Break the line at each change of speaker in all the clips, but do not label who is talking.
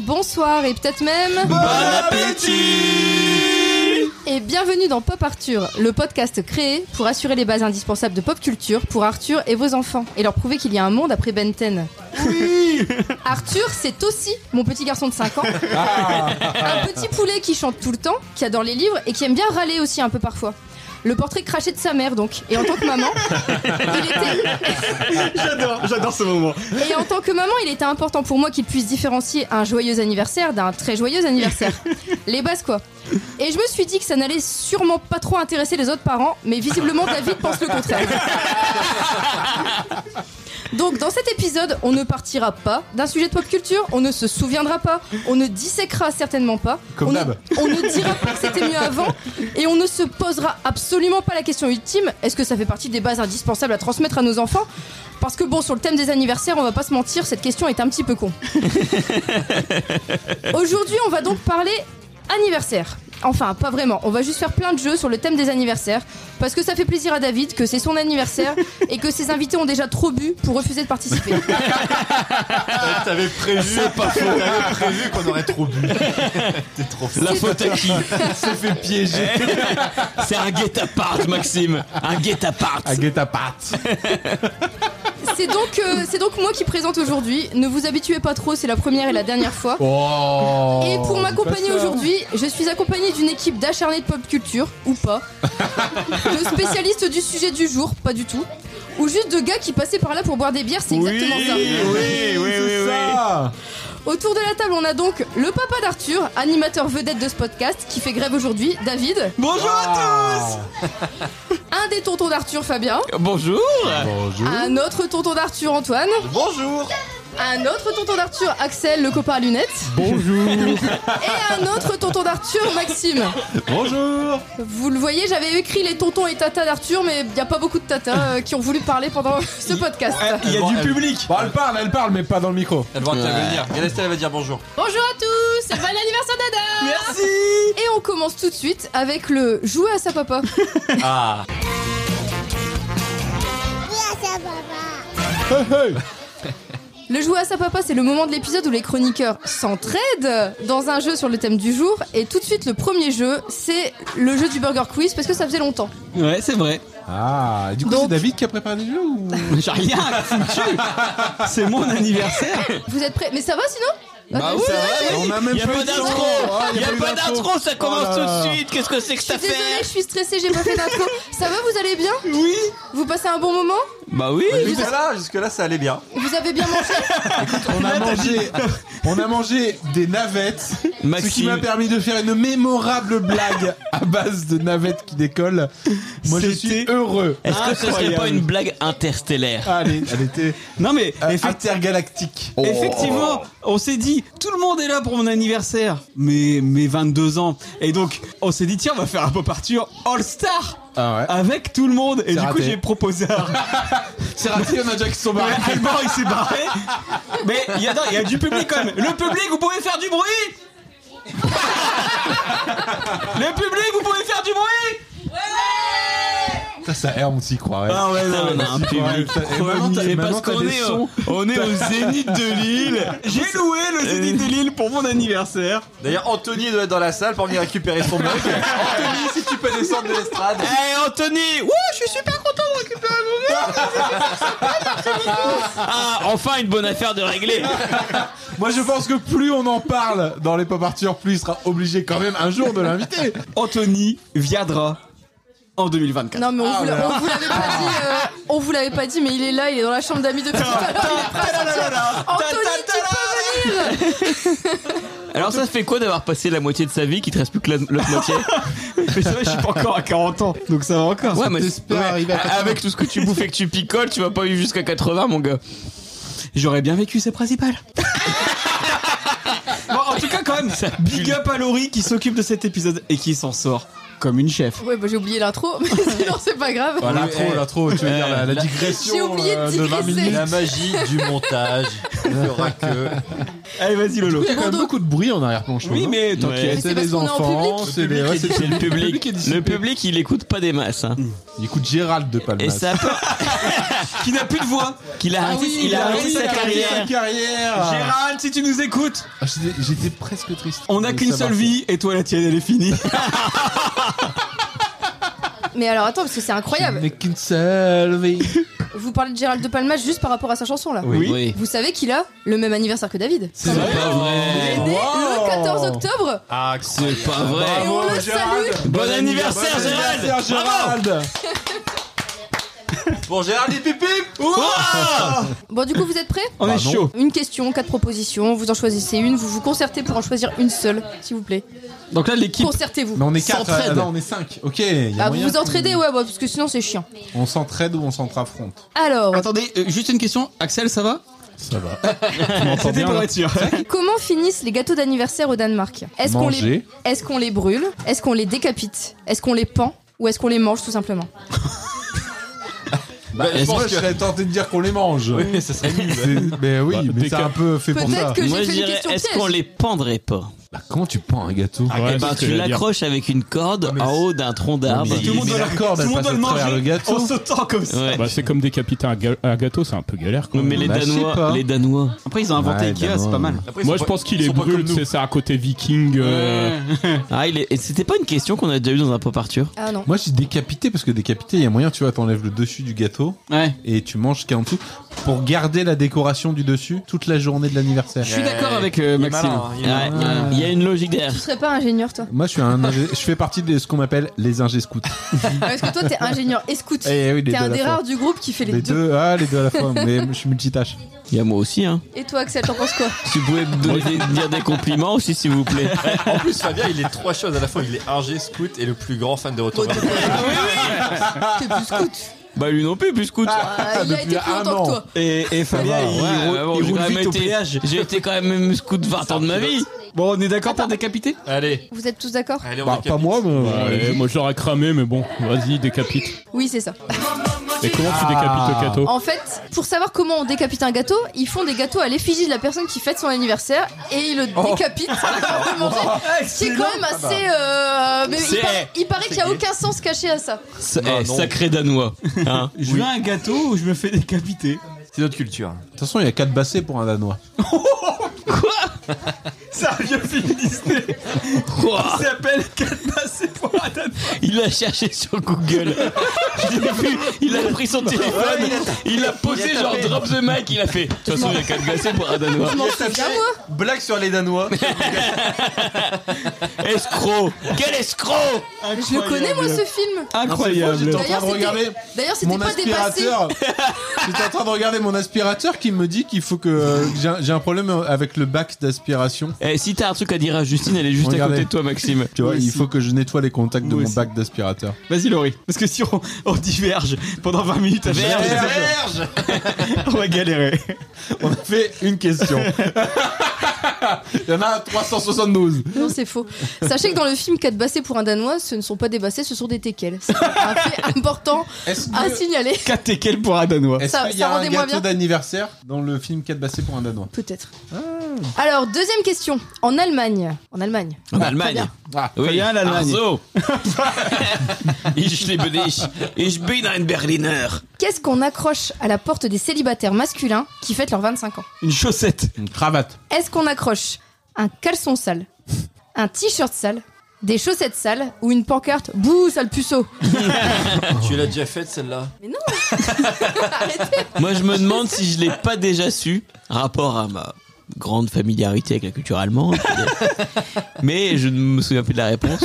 bonsoir et peut-être même.
Bon appétit
Et bienvenue dans Pop Arthur, le podcast créé pour assurer les bases indispensables de pop culture pour Arthur et vos enfants et leur prouver qu'il y a un monde après Ben 10.
Oui
Arthur, c'est aussi mon petit garçon de 5 ans. Un petit poulet qui chante tout le temps, qui adore les livres et qui aime bien râler aussi un peu parfois. Le portrait craché de sa mère, donc. Et en tant que maman, il était.
j'adore, j'adore ce moment.
Et en tant que maman, il était important pour moi qu'il puisse différencier un joyeux anniversaire d'un très joyeux anniversaire. Les bases, quoi. Et je me suis dit que ça n'allait sûrement pas trop intéresser les autres parents, mais visiblement David pense le contraire. Donc dans cet épisode, on ne partira pas d'un sujet de pop culture, on ne se souviendra pas, on ne disséquera certainement pas,
Comme
on, ne,
d'hab.
on ne dira pas que c'était mieux avant, et on ne se posera absolument pas la question ultime, est-ce que ça fait partie des bases indispensables à transmettre à nos enfants Parce que bon, sur le thème des anniversaires, on va pas se mentir, cette question est un petit peu con. Aujourd'hui, on va donc parler anniversaire. Enfin, pas vraiment. On va juste faire plein de jeux sur le thème des anniversaires. Parce que ça fait plaisir à David, que c'est son anniversaire et que ses invités ont déjà trop bu pour refuser de participer.
T'avais prévu, pas faux. T'avais prévu qu'on aurait trop bu. T'es trop fou.
La faute à qui
Il se fait piéger.
Eh. C'est un guet-apart, Maxime. Un guet-apart.
guet-apart.
C'est donc, euh, c'est donc moi qui présente aujourd'hui. Ne vous habituez pas trop, c'est la première et la dernière fois.
Oh,
Et pour
dis
m'accompagner
pas ça.
aujourd'hui, je suis accompagnée d'une équipe d'acharnés de pop culture, ou pas, de spécialistes du sujet du jour, pas du tout, ou juste de gars qui passaient par là pour boire des bières, c'est exactement ça.
oui, oui,
C'est
oui,
ça.
Autour de la table, on a donc le papa d'Arthur, animateur vedette de ce podcast, qui fait grève aujourd'hui, David,
Bonjour à
un des tontons d'Arthur, Fabien,
tous Bonjour
Bonjour.
un autre tonton d'Arthur, Antoine,
Bonjour.
un autre tonton d'Arthur, Axel, le copain à lunettes,
Bonjour.
et un autre tonton d'Arthur, Maxime.
Bonjour.
Vous le voyez, j'avais écrit les tontons et tatas d'Arthur, mais il n'y a pas beaucoup de tatas euh, qui ont voulu parler pendant ce podcast.
Il y a du public
Bon, elle parle, elle parle, mais pas dans le micro.
Elle va, elle va venir. Et Estelle elle va dire bonjour.
Bonjour à tous, c'est bon anniversaire d'Ada
Merci
Et on commence tout de suite avec le jouer à sa papa.
Ah,
Hey, hey.
Le jouer à sa papa, c'est le moment de l'épisode où les chroniqueurs s'entraident dans un jeu sur le thème du jour. Et tout de suite, le premier jeu, c'est le jeu du Burger Quiz parce que ça faisait longtemps.
Ouais, c'est vrai.
Ah, du coup,
Donc-
c'est David qui a préparé les jeux ou
J'ai rien à foutre. C'est mon anniversaire.
Vous êtes prêts Mais ça va sinon
Bah
Ok,
oui,
c'est
ça
vrai,
va,
mais-
On a même
Il y a
pas
pas
eu de
d'intro.
intro. Ah,
Il y a pas d'intro, ça commence
Oh
tout
là là.
de suite. Qu'est-ce que c'est que
Je
cette
suis désolée, je
affaire
suis stressée, j'ai pas fait d'intro. Ça va, vous allez bien
Oui
Vous passez un bon moment
Bah oui
jusque là, jusque là, ça allait bien.
Vous avez bien mangé
On a mangé, on a mangé des navettes, ce qui m'a
Maxime,
permis de faire une mémorable blague à base de navettes qui décollent. Moi, je suis
C'était-
heureux.
est-ce que ce serait
Incroyable.
pas une blague interstellaire
Allez, elle était
Non mais
euh,
effe-
intergalactique.
Oh. effectivement, on s'est dit tout le monde est là pour mon anniversaire, mais mes 22 ans. Et donc on s'est dit tiens, on va faire un pop Arthur All Star
Ah ouais.
avec tout le monde. Et
C'est
du coup
raté.
j'ai proposé à
C'est raté, il y en a déjà qui se sont barrés.
Albor, il s'est barré. Mais il y, a- non, il y a du public quand même. Le public, vous pouvez faire du bruit. Le public, vous pouvez faire du bruit.
Ça, ça air, on s'y croirait.
Ah ouais, non,
on a un
On s'y croirait. Et maintenant, t'as-
Mais
maintenant,
parce
t'as
qu'on
des
hein.
est
sons.
au, on est au zénith de l'île.
J'ai loué le Zénith de Lille pour mon anniversaire.
D'ailleurs, Anthony doit être dans la salle pour venir récupérer son mug. Anthony, si tu peux descendre de l'estrade.
Eh Anthony Ouh, je suis super content de récupérer mon mec Ah, enfin une bonne affaire de régler
Moi je pense que plus on en parle dans les pop Arthur, plus il sera obligé quand même un jour de l'inviter.
Anthony Viadra en 2024.
Non
Ah
mais on vous l'a- on vous l'avait pas dit, euh, on vous l'avait pas dit, mais il est là, il est dans la chambre d'amis depuis tout à l'heure. il est prêt à sortir. Anthony, tu peux venir
Alors ça fait quoi d'avoir passé la moitié de sa vie qui te reste plus que la- l'autre moitié
Mais c'est vrai, je suis pas encore à 40 ans, donc ça va encore.
Ouais mais
T'espères arriver à
a- avec tout ce que tu bouffes et que tu picoles, tu vas pas vivre jusqu'à 80 mon gars.
J'aurais bien vécu, c'est principal. bon, en tout cas, quand même, big up à Laurie qui s'occupe de cet épisode et qui s'en sort comme une chef.
Ouais, bah j'ai oublié l'intro, mais sinon c'est pas grave.
Bah, l'intro,
eh.
Oh,
l'intro, tu
Euh,
veux dire Eh, la, la
J'ai
digression
oublié de
euh, de 20
digresser.
minutes.
La magie du montage fera que
Allez, vas-y, Lolo.
Il y a quand même
Bordeaux.
beaucoup de bruit en arrière-plan, je trouve.
Oui, mais
Mais
Ouais.
t'inquiète.
c'est
C'est
parce
les
qu'on est en
enfants,
public.
c'est les. ouais,
C'est le public.
est dissipé.
Le public, il écoute pas des masses. hein.
Il écoute Gérald de Palmas.
Et ça peut-
Qui n'a plus de voix. Ah
qu'il a arrêté, il a arrêté sa carrière.
carrière.
Gérald, si tu nous écoutes,
Ah, j'étais- J'étais presque triste.
on n'a
Mais
qu'une
ça
seule
marche.
vie et toi la tienne elle est finie.
Mais alors attends, parce que c'est
Je
incroyable.
n'ai qu'une seule vie.
Vous parlez de Gérald de Palmas juste par rapport à sa chanson là.
Oui.
Vous savez qu'il a le même anniversaire que David.
C'est pas
Il
vrai. Ah
est né le 14 octobre
Ah,
C'est pas
et
vrai.
on le
Gérald.
salue.
Bon anniversaire, Gérald.
Ah,
Gérald. Ah, Gérald.
Pour Gérald et Pipip
Bon, du coup, vous êtes prêts
On est chaud.
Une question, quatre propositions, vous en choisissez une, vous vous concertez pour en choisir une seule, s'il vous plaît.
Donc là, l'équipe.
Concertez-vous.
Mais on est
S'entraide.
quatre. euh, non, on est cinq. Ok. il y
Ah,
a
vous
moyen
vous entraidez, ouais, ouais, parce que sinon c'est chiant.
qu'on- On s'entraide ou on s'entrafronte.
Alors,
Attendez, euh, juste une question. Axel, ça va
Ça va.
C'était pour être sûr.
comment finissent les gâteaux d'anniversaire au Danemark Est-ce qu'on les,
Manger.
est-ce qu'on les brûle Est-ce qu'on les décapite Est-ce qu'on les pend Ou est-ce qu'on les mange tout simplement
je pense Bah, que je serais tenté de dire qu'on les mange.
Oui, ça serait nul.
C'est- Mais oui, mais c'est un peu fait pour ça.
Peut-être que
Moi,
j'ai
je
fait une
dirais,
question
est-ce
piège.
qu'on les pendrait pas
Bah, comment tu pends un gâteau
Eh
Ah,
Ouais,
ben,
c'est ce que
tu
j'allais dire.
l'accroches avec une corde en haut d'un tronc d'arbre.
Mais tout le monde doit la corde,
tout le
elle
monde
passe
doit le
à travers
manger
le gâteau.
en sautant comme ça.
Ouais.
Bah, c'est comme décapiter un, ga- un gâteau, c'est un peu galère quand
Non, mais
même.
les
Bah, je sais
Danois,
pas.
les Danois.
Après, ils ont inventé
Ouais,
Ikea,
d'abord,
c'est pas mal.
Après, ils
Moi,
sont
je
pas-
pense qu'il
ils
est
sont pas comme
brûle,
nous.
c'est ça, à côté viking. euh,
Ah, il est... et c'était pas une question qu'on a déjà eue dans un pop Arthur.
Ah non.
Moi, je suis décapité parce que décapité, il y a moyen, tu vois, t'enlèves le dessus du gâteau
Ouais.
et tu manges ce qu'il y a en dessous pour garder la décoration du dessus toute la journée de l'anniversaire.
Je suis d'accord avec euh,
Il est
Maxime.
malin, hein, il est
Ouais,
malin.
Ah, Il y a une logique derrière.
Tu serais pas ingénieur, toi
Moi, je suis un, ingé- je fais partie de ce qu'on m'appelle les ingé scouts.
Parce que toi, t'es ingénieur et scout.
Eh oui, les
T'es
deux à
un
la
des
fois.
rares du groupe qui fait les,
Les
deux.
deux, ah, les deux à la fois. Mais je suis multitâche.
Il y a moi aussi, hein.
Et toi, Axel, t'en penses quoi
Si vous pouvez me donner- dire des compliments aussi, s'il vous plaît.
En plus, Fabien, il est trois choses à la fois. Il est ingé, scout et le plus grand fan de Retour vers le futur.
T'es plus scout.
Bah, lui non plus, plus scout.
Ah, il a
depuis
été plus
un
longtemps que
an.
toi.
Et, et Fabien,
va,
ah, il,
Ouais,
roule-
bah bon,
il
j'ai
roule
quand même
vite au
été-
péage.
J'ai été quand même scout 20 ans de ma vie.
Bon, on est d'accord pour décapiter
Allez,
Vous êtes tous d'accord
allez, on
Bah,
décapite.
pas moi, mais.
ouais, moi j'aurais cramé, mais bon, vas-y, décapite.
Oui, c'est ça.
Et comment
Ah.
tu décapites le gâteau
En fait, pour savoir comment on décapite un gâteau, ils font des gâteaux à l'effigie de la personne qui fête son anniversaire et ils le
Oh.
décapitent avant de le manger. C'est quand même assez. euh, mais
C'est-
il, paraît- il paraît qu'il n'y a
gay.
aucun sens caché à ça.
Ça-
Non,
eh,
non.
Sacré danois. Hein
Je veux un gâteau ou je me fais décapiter
C'est notre culture.
De toute façon, il y a quatre bassets pour un Danois.
C'est un vieux film Disney
Quoi
qui s'appelle Katma, c'est pour la date.
il a cherché sur Google. Je l'ai vu. Il a pris son téléphone. Il l'a posé genre drop the mic. Il a fait. De toute façon, il y a qu'à le passer pour un danois.
Bien, moi
Blague sur les Danois.
Escroc. Quel escroc
Je le connais, moi, ce film.
Incroyable.
en train
D'ailleurs,
de regarder
c'était- D'ailleurs, c'était
Mon
pas dépassé.
aspirateur. J'étais en train de regarder mon aspirateur qui me dit qu'il faut que. que j'ai un- J'ai un problème euh, avec le bac d'aspiration.
Eh, si t'as un truc à dire à Justine, elle est juste à
Regardez.
côté de toi, Maxime.
Tu vois,
Moi
il
aussi.
faut que je nettoie les contacts de
Moi
mon
aussi.
bac d'aspirateur.
Vas-y, Laurie. Parce que si on, on diverge pendant 20 minutes à chaque
Verge.
fois, on va galérer.
On a fait une question. Il y en a 372.
Non, c'est faux. Sachez que dans le film 4 bassés pour un Danois, ce ne sont pas des bassés, ce sont des teckels. C'est un fait important
Est-ce que-
à signaler.
4 et quel pour un danois
est-ce
Ah, Ça-
qu'il y
ça
a un
rendait moins bien.
gâteau d'anniversaire dans le film 4 bassés pour un Danois
Peut-être. Alors, deuxième question. En Allemagne. En Allemagne.
En Allemagne.
Ah,
Oui,
bien, l'Allemagne.
Arzo. ich liebe dich. Ich bin ein Berliner.
Qu'est-ce qu'on accroche à la porte des célibataires masculins qui fêtent leurs 25 ans
Une chaussette.
une cravate.
Est-ce qu'on accroche un caleçon sale, un t-shirt sale, des chaussettes sales ou une pancarte Bouh, sale puceau
Tu l'as déjà faite celle-là
Arrêtez
Moi, je me demande si je l'ai pas déjà su, rapport à ma grande familiarité avec la culture allemande. Mais je ne me souviens plus de la réponse.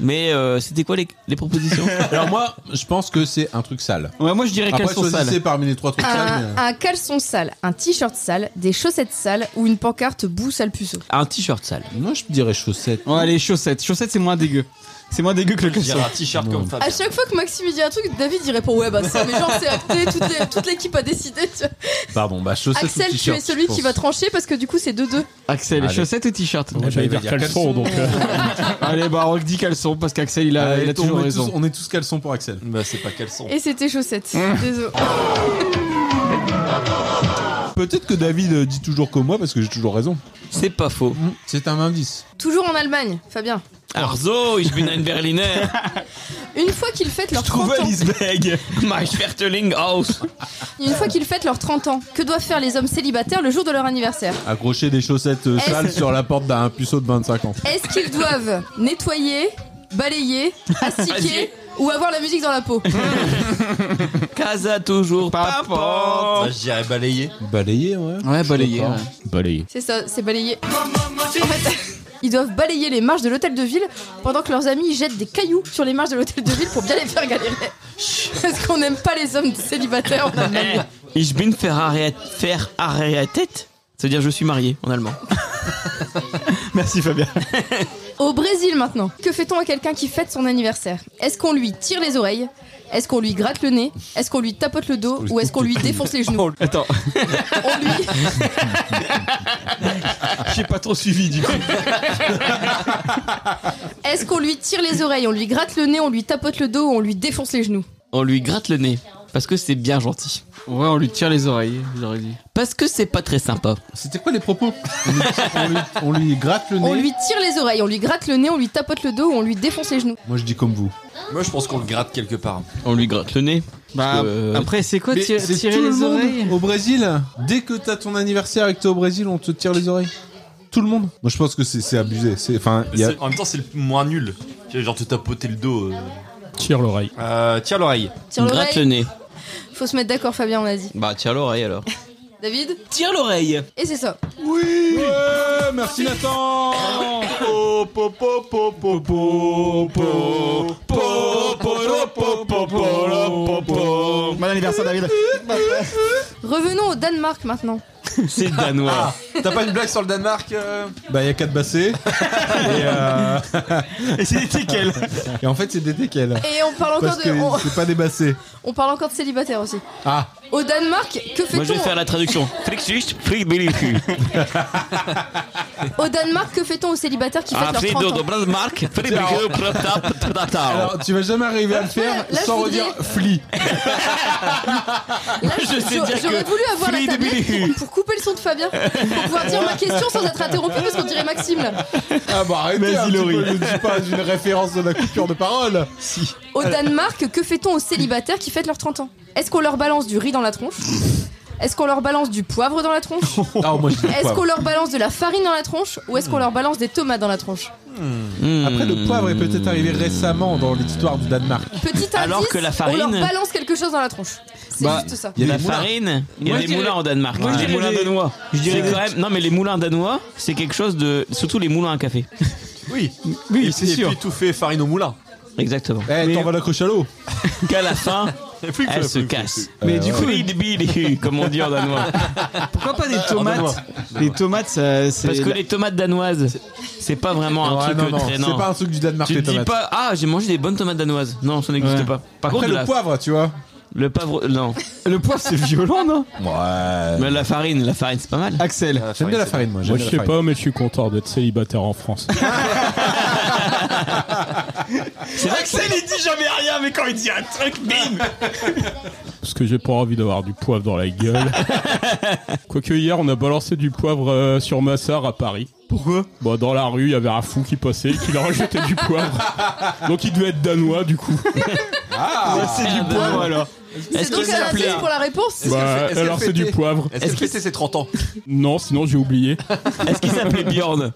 Mais euh, c'était quoi les, les propositions
Alors moi, je pense que c'est un truc sale.
Ouais, moi je dirais qu'elles
Après,
sont
choisissez
sales.
parmi les trois trucs sales.
un,
mais-
un caleçon sale, un t-shirt sale, des chaussettes sales ou une pancarte Bouh, sale puceau
Un t-shirt sale.
Moi, je dirais chaussettes.
Ouais, les chaussettes. Chaussettes, c'est moins dégueu. C'est moins dégueu que le
Je dirais
caleçon.
un t-shirt comme
Ah, À
Fabien.
chaque fois que Maxime il dit un truc, David il répond ouais bah ça mais genre c'est acté, toute les- toute l'équipe a décidé. tu vois.
Pardon, bah chaussettes ou
Axel tu
t-shirt,
es celui
je
qui
pense.
va trancher parce que du coup c'est 2-2.
Axel, les
Allez.
chaussettes ou t-shirt
Ouais,
J'allais
j'allais
dire
dire
caleçon, donc. euh,
Allez, bah, on dit caleçon parce qu'Axel, Ah, il a,
Allez,
il a
Euh, on
toujours
est tous-
raison.
On est tous caleçons pour
Ah,
Axel.
Bah, c'est pas caleçon.
Et c'était chaussettes. Désolé.
Peut-être que David euh, dit toujours comme moi parce que j'ai toujours raison.
C'est pas faux.
C'est un indice.
Toujours en Allemagne, Fabien.
Arzo, ich bin ein Berliner.
Une fois qu'ils fêtent leurs 30
Trouve
ans,
Lisbeg. My Schwertlinghaus.
une fois qu'ils fêtent leurs 30 ans, que doivent faire les hommes célibataires le jour de leur anniversaire
Accrocher des chaussettes euh,
Est-ce-
Eh,
sales sur la porte d'un puceau de 25 ans.
Est-ce qu'ils doivent nettoyer, balayer, astiquer ou avoir la musique dans la peau
Casa toujours
Oh.
papa.
Bah, je dirais balayer.
Balayer, ouais.
Ouais, balayé.
D'accord.
Balayé.
C'est ça, c'est balayer. En fait, ils doivent balayer les marches de l'hôtel de ville pendant que leurs amis jettent des cailloux sur les marches de l'hôtel de ville pour bien les faire galérer. Parce qu'on n'aime pas les hommes célibataires en Allemagne.
Eh, Ich bin verheiratet. Verheiratet. C'est-à-dire je suis marié en allemand.
Merci Fabien.
Au Brésil maintenant, que fait-on à quelqu'un qui fête son anniversaire Est-ce qu'on lui tire les oreilles Est-ce qu'on lui gratte le nez Est-ce qu'on lui tapote le dos Ou est-ce qu'on lui défonce les
Oh,
genoux
Attends,
On lui...
j'ai pas trop suivi du coup.
Est-ce qu'on lui tire les oreilles On lui gratte le nez, on lui tapote le dos, on lui défonce les genoux
On lui gratte le nez. Parce que c'est bien gentil.
Ouais, on lui tire les oreilles, j'aurais dit.
Parce que c'est pas très sympa.
C'était quoi les propos on lui, on lui- on lui gratte le nez.
On lui tire les oreilles, on lui gratte le nez, on lui tapote le dos, on lui défonce les genoux.
Moi je dis comme vous.
Moi, je pense qu'on le gratte quelque part.
On lui gratte le nez.
Bah,
Euh,
après, c'est quoi
Mais
tirer,
c'est
tirer
tout le
les
monde
oreilles
au Brésil. Dès que t'as ton anniversaire et que t'es au Brésil, on te tire les oreilles. Tout le monde. Moi je pense que c'est c'est abusé. C'est enfin. il y a-
C'est- En même temps, c'est le moins nul. Tu vois, Genre, te tapoter le dos. euh.
Tire l'oreille.
Euh, tire l'oreille.
Tire
gratte le
l'oreille.
nez.
Faut se mettre d'accord, Fabien, on a dit.
Bah tire l'oreille alors.
David
Tire l'oreille.
Et c'est ça.
Ouais, merci Nathan.
Bon anniversaire David.
Revenons au Danemark maintenant.
C'est
Ah,
danois.
T'as pas une blague sur le Danemark euh
Bah il y a quatre bassés. et, euh,
Et c'était quel
et en fait c'est des déquels.
Et on parle encore
Parce
de.
que
On,
c'est pas des bassés.
on parle encore de célibataire aussi.
Ah.
Au Danemark, que
Moi je vais
fait-on
faire la traduction. Fricksucht,
Au Danemark, que fait-on aux célibataires qui fêtent
Ah,
leurs 30
Frido
ans
de Brandmark, Friedrich Protap Tatao.
Alors tu vas jamais arriver à le faire
là, je
sans
vous
redire fli.
Là,
je sais
j'a-
dire
J'aurais
que
voulu avoir la
Fried
tablette
Billy.
pour, pour couper le son de Fabien. Pour pouvoir dire ma question sans être interrompu parce qu'on dirait Maxime là.
Ah bah arrêtez. un petit peu, Ne dis pas une référence de la coupure de parole.
Au Danemark, que fait-on aux célibataires qui fêtent leurs 30 ans Est-ce qu'on leur balance du riz dans la tronche Est-ce qu'on leur balance du poivre dans la tronche
Ah moi je dis
Est-ce qu'on
poivre.
leur balance de la farine dans la tronche Ou est-ce qu'on leur balance des tomates dans la tronche
Hmm.
Après le poivre est peut-être arrivé récemment dans l'histoire du Danemark.
Petit indice,
Alors que la farine-
on leur balance quelque chose dans la tronche. C'est
Bah,
juste ça.
Il y a
la
des moulins.
farine, il y a
Moi,
des
je dirais-
moulins au Danemark.
Moi, je
Les
dirais
moulins
les-
danois. Je dirais
C'est-
quand même. Non, mais les moulins danois, c'est quelque chose de. Surtout les moulins à café.
Oui.
Oui,
Et puis tout fait farine au moulin.
Exactement.
Eh, t'en vas l'accrocher à l'eau.
Qu'à la fin, elle se casse. Mais du coup, comme on dit en danois.
Pourquoi pas des tomates Les tomates, ça, c'est.
Parce que
la-
les tomates danoises, c'est pas vraiment un
Ouais,
truc euh,
non, non,
très.
c'est
non.
pas un truc du Danemark,
Tu te
les
dis
tomates.
pas ah j'ai mangé des bonnes tomates danoises non ça n'existe
Ouais.
pas
Après
par contre de
le
la,
poivre, tu vois.
le poivre non
Le poivre, c'est violent, non
Ouais.
mais la farine la farine c'est pas mal
Axel.
J'aime bien la farine, moi. j'aime
Moi je
bien
sais
la farine.
pas, mais je suis content d'être célibataire en France.
Axel il dit jamais rien mais quand il dit un truc bim
Parce que j'ai pas envie d'avoir du poivre dans la gueule. Quoique hier, on a balancé du poivre euh, sur Massard à Paris. Pourquoi Bah dans la rue, il y avait un fou qui passait et qui leur jetait du poivre. Donc il devait être danois du coup.
Ah, c'est
Ah,
du poivre alors.
C'est donc un indice pour la réponse
Bah,
est-ce qu'elle
alors c'est
fêtait
du poivre.
Est-ce que c'est ses 30 ans
Non, sinon j'ai oublié.
est-ce qu'il s'appelait Bjorn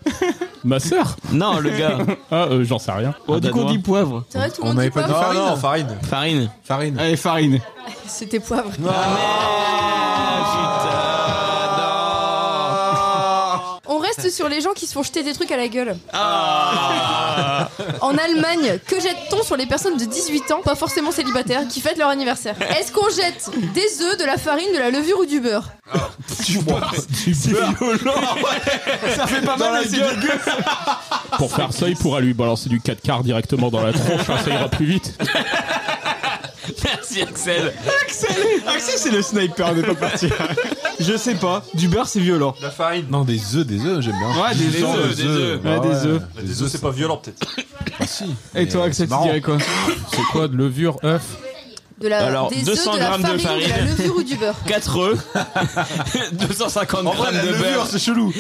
Ma sœur
non le gars
Ah, euh, j'en sais rien.
Un
Bon, du coup, on
Danois.
dit poivre.
C'est vrai, tout le
On
monde
avait
dit
pas dit
poivre.
farine.
Non, farine.
farine
Farine.
Allez, farine.
C'était poivre. On reste sur les gens qui se font jeter des trucs à la gueule. en Allemagne, que jette-t-on sur les personnes de 18 ans, pas forcément célibataires, qui fêtent leur anniversaire Est-ce qu'on jette des œufs, de la farine, de la levure ou du beurre
Ça fait pas mal, mais c'est dégueu.
Pour faire ça, il pourra lui balancer du 4 quarts directement dans la tronche, hein, ça ira plus vite.
merci Axel
Axel, Axel, c'est le sniper de pas partir. Je sais pas. Du beurre, c'est violent.
La farine.
Non, des œufs, des œufs, j'aime bien.
Ouais, des
Sans
œufs,
les
des œufs.
Bah
Ouais, des
ouais.
œufs.
Les
Des œufs, c'est pas violent peut-être.
pas si.
Et toi, Axel, tu
marrant.
dirais quoi
C'est quoi de levure œuf
de la,
Alors,
des œufs,
200
de la
grammes de
farine, de la
farine.
levure ou du beurre.
4 œufs, 250
En vrai,
grammes
la
de
levure,
beurre.
c'est chelou.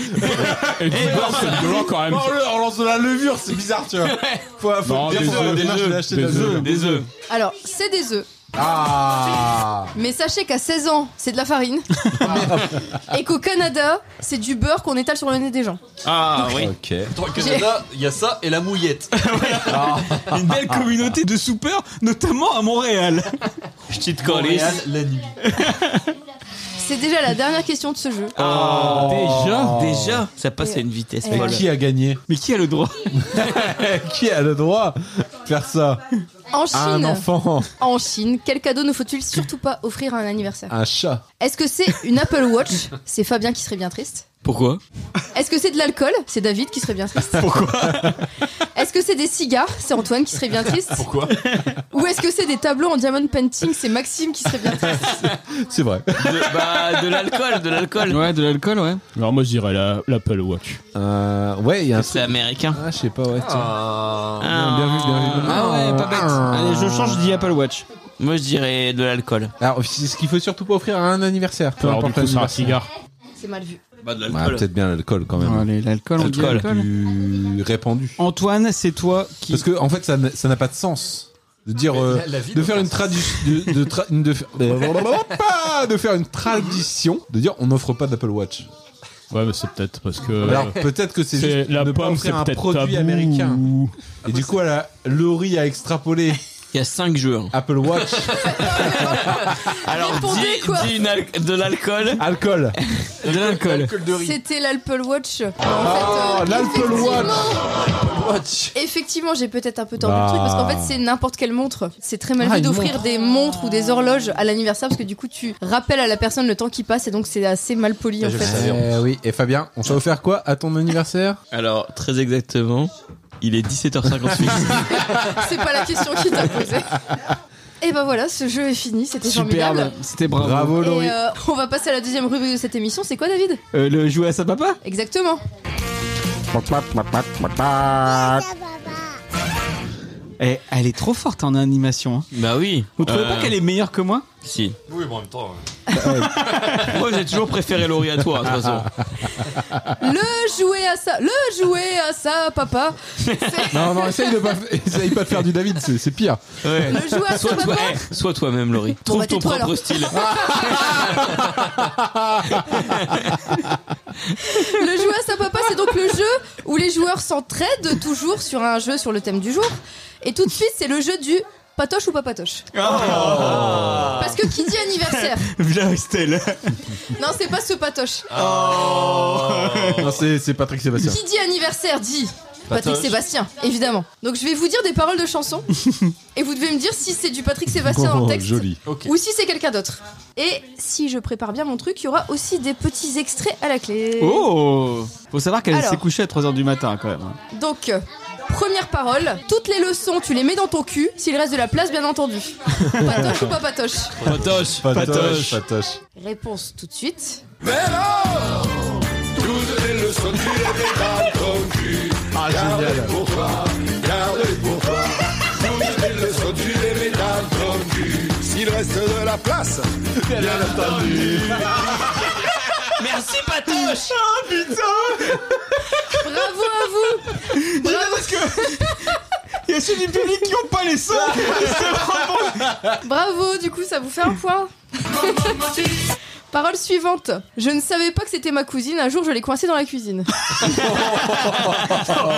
Et du beurre, c'est violent quand même.
Oh, le- on lance de la levure, c'est bizarre, tu vois. Faut, faut
Non,
bien
des
faire la
œufs,
démarche
des
de l'acheter
œufs,
des
des
œufs.
Des œufs.
Alors, c'est des œufs.
Ah
Mais sachez qu'à 16 ans, c'est de la farine. et qu'au Canada, c'est du beurre qu'on étale sur le nez des gens.
Ah oui.
Ok. Dans le Canada, il y a ça et la mouillette.
Une belle communauté de soupeurs, notamment à Montréal.
Petite
Montréal,
calice.
la nuit.
C'est déjà la dernière question de ce jeu.
Oh.
Ah,
déjà
déjà, ça passe à une vitesse
Et-
folle.
Qui a gagné
Mais qui a le droit
Qui a le droit de faire ça
En
à un
Chine,
enfant
en Chine, quel cadeau ne faut-il surtout pas offrir à un anniversaire
Un chat
Est-ce que c'est une Apple Watch C'est Fabien qui serait bien triste.
Pourquoi
Est-ce que c'est de l'alcool C'est David qui serait bien triste. Pourquoi Est-ce que c'est des cigares C'est Antoine qui serait bien triste.
Pourquoi
Ou est-ce que c'est des tableaux en diamond painting C'est Maxime qui serait bien triste.
C'est vrai.
de, Bah, de l'alcool, de l'alcool.
Ouais, de l'alcool, ouais.
Alors moi je dirais la- l'Apple Watch.
Euh, ouais, il y a un
C'est
truc.
américain.
Ah, je sais pas, ouais. tiens.
Ah.
Bien, bien vu, bien vu.
Ah ouais, pas bête. Allez, je change, je dis Apple Watch.
Moi, je dirais de l'alcool.
Alors, Ah, c'est ce qu'il faut surtout pas offrir à un anniversaire. Peu
Alors du
importe
coup, c'est un
l'anniversaire.
cigare.
C'est mal vu.
Bah, de
Ouais, peut-être bien l'alcool quand même.
Allez, l'alcool, on dit
L'alcool
l'alcool.
plus répandu.
Antoine, c'est toi qui.
Parce que en fait, ça n'a- ça n'a pas de sens de dire euh,
la- la vie
de
n'a
faire
pas
une
de
tradition de, de tra- une de fa- Blablabla, de faire une tradition de dire on n'offre pas d'Apple Watch.
Ouais, mais c'est peut-être parce que euh,
Alors peut-être que c'est
c'est
juste
la
ne pas
pomme, c'est
offrir un
peut-être
produit
tabou. Ah,
américain.
ou-
Et du coup, à la Laurie a extrapolé
Il y a 5 jeux. hein.
Apple Watch,
Ah,
Alors,
Répondez,
dis,
quoi.
dis une al- de l'alcool.
alcool.
De l'alcool.
C'était l'Apple Watch. En
Ah,
fait, euh,
l'Apple Watch.
Effectivement, j'ai peut-être un peu tordu
Bah.
le truc parce qu'en fait, c'est n'importe quelle montre. C'est très mal
Ah,
vu
une
d'offrir
montre.
des montres ou des horloges à l'anniversaire parce que du coup, tu rappelles à la personne le temps qui passe et donc c'est assez mal poli en
Euh,
fait.
Eh oui, et Fabien, on t'a offert quoi à ton anniversaire
Alors, très exactement, il est 17h58.
C'est pas la question qui t'a posée. Et ben voilà, ce jeu est fini, c'était formidable.
Superbe, c'était bravo.
Bravo Laurie.
Et euh, on va passer à la deuxième rubrique de cette émission. C'est quoi, David
Euh, le jouer à sa papa
Exactement.
Ah.
Eh, Elle est trop forte en animation. hein.
bah oui.
Vous trouvez
Euh,
pas qu'elle est meilleure que moi
Si.
Oui, mais en même
euh.
temps.
Moi, j'ai toujours préféré Laurie à toi, de toute façon.
Le jouer à ça, le jouer à ça, papa.
Non, non, essaye, de pas, essaye pas de faire du David, c'est c'est pire.
Ouais.
Le jouer à ça,
Soit toi,
papa.
eh, soit toi-même, Laurie. Trouve
bah,
ton
tais-toi,
propre
alors.
style.
Le jeu à sa papa, c'est donc le jeu où les joueurs s'entraident toujours sur un jeu sur le thème du jour. Et tout de suite, c'est le jeu du patoche ou pas patoche. Parce que qui dit anniversaire
Villa Estelle.
Non, c'est pas ce patoche.
Non, c'est c'est Patrick Sébastien.
Qui dit anniversaire dit Patrick Sébastien, évidemment. Donc je vais vous dire des paroles de chansons et vous devez me dire si c'est du Patrick Sébastien dans le texte
Oh, joli.
ou si c'est quelqu'un d'autre. Et si je prépare bien mon truc, il y aura aussi des petits extraits à la clé.
Oh Faut savoir qu'elle
Alors.
s'est couchée à 3h du matin quand même. hein.
Donc, euh, première parole, toutes les leçons, tu les mets dans ton cul, s'il reste de la place, bien entendu. Patoche ou pas patoche
Patoche,
Patoche,
patoche.
patoche.
Réponse tout de suite.
Ah, génial.
Merci, patoche.
Bravo à vous Bravo,
Il y a ceux du public qui ont pas les seins
bravo, du coup, ça vous fait un point. Parole suivante. Je ne savais pas que c'était ma cousine, un jour je l'ai coincée dans la cuisine.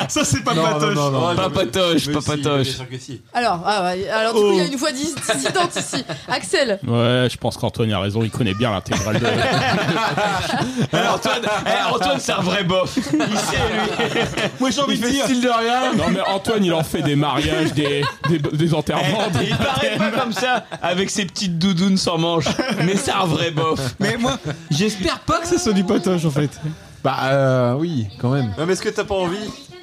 Ça c'est pas
Non,
patoche.
non, non, non.
Pas patoche, pas
Papatoche.
patoche.
Alors, ah ouais, alors du coup,
Oh.
il y a une voix dis- dissidente ici. Axel,
Ouais, je pense qu'Antoine a raison, il connaît bien l'intégrale de.
Alors, Antoine, eh, Antoine c'est un vrai bof. Il sait, lui.
Moi j'ai envie de dire.
de rien.
Non mais Antoine, il en fait des mariages, des des, des enterrements. des-
Il paraît pas comme ça, avec ses petites doudounes sans manches. Mais c'est un vrai bof.
Mais moi, j'espère pas que ce soit du patoche en fait.
Bah, euh, oui, quand même.
Non, mais est-ce que t'as pas envie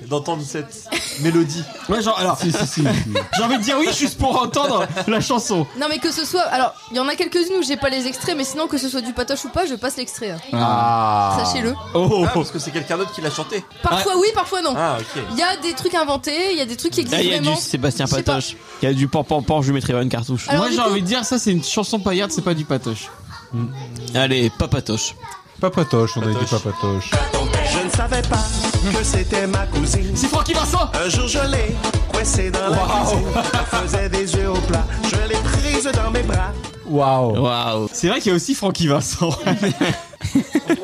d'entendre cette mélodie.
Ouais, genre, alors,
Si, si, si.
j'ai envie de dire oui juste pour entendre la chanson.
Non, mais que ce soit. Alors, il y en a quelques-unes où j'ai pas les extraits, mais sinon, que ce soit du patoche ou pas, je passe l'extrait. hein.
Ah.
Sachez-le.
Oh,
Ah, parce que c'est quelqu'un d'autre qui l'a chanté.
Parfois oui, parfois non.
Ah, ok.
Il y a des trucs inventés, il y a des trucs qui existent
Là, Ah, il y a
vraiment.
du Sébastien
Je sais pas.
Patoche. Il y a du pan pan pan, je lui mettrai pas une cartouche.
Alors,
moi
du
j'ai
coup-
envie de dire ça c'est une chanson paillarde, c'est pas du patoche.
Allez, pas patoche.
Papatoche, on a dit papatoche.
Je ne savais pas que c'était ma cousine.
C'est Francky Vincent
Un jour je l'ai coincée dans la cuisine. Elle faisait des yeux au plat. Je l'ai prise dans mes bras.
Waouh.
Waouh.
C'est vrai qu'il y a aussi Francky Vincent.
On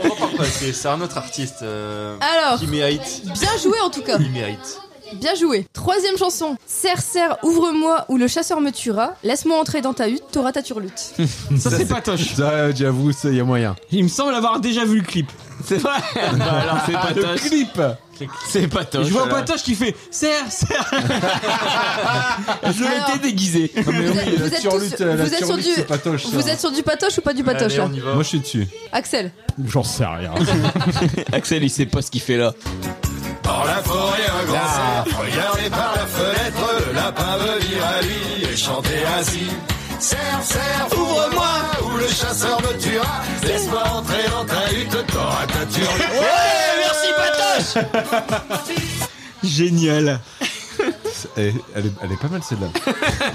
reprend pas, c'est c'est un autre artiste euh,
Ah.
Alors,
qui mérite.
bien joué en tout cas.
Il mérite.
Bien joué. Troisième chanson. Serre, serre, ouvre-moi ou le chasseur me tuera. Laisse-moi entrer dans ta hutte, t'auras ta turlute.
Ça c'est patoche.
Ça, j'avoue, ça, y a moyen.
Il me semble avoir déjà vu le clip.
C'est vrai. Bah alors c'est patoche.
Clip
C'est
Et
patoche.
je vois
alors.
patoche qui fait serre, serre.
Je m'étais
Alors-
déguisé.
Mais
Vous
oui,
êtes- vous
la
êtes tous-
turlute, la
vous êtes sur
turlute,
du-
c'est patoche. hein. ça.
Vous êtes sur du patoche ou pas du patoche
Allez,
là
on y va.
Moi, je suis dessus.
Axel.
Eh.
J'en sais rien.
Axel, il sait pas ce qu'il fait là.
Oh,
Par la forêt, un grand cerf. Regardez par la fenêtre, le lapin venir à lui et chanter ainsi. Serre, serre, ouvre-moi ou le chasseur me tuera. Laisse-moi entrer dans ta hutte, t'auras ta turlute.
merci patoche.
Génial.
Elle, elle est, elle est pas mal celle-là.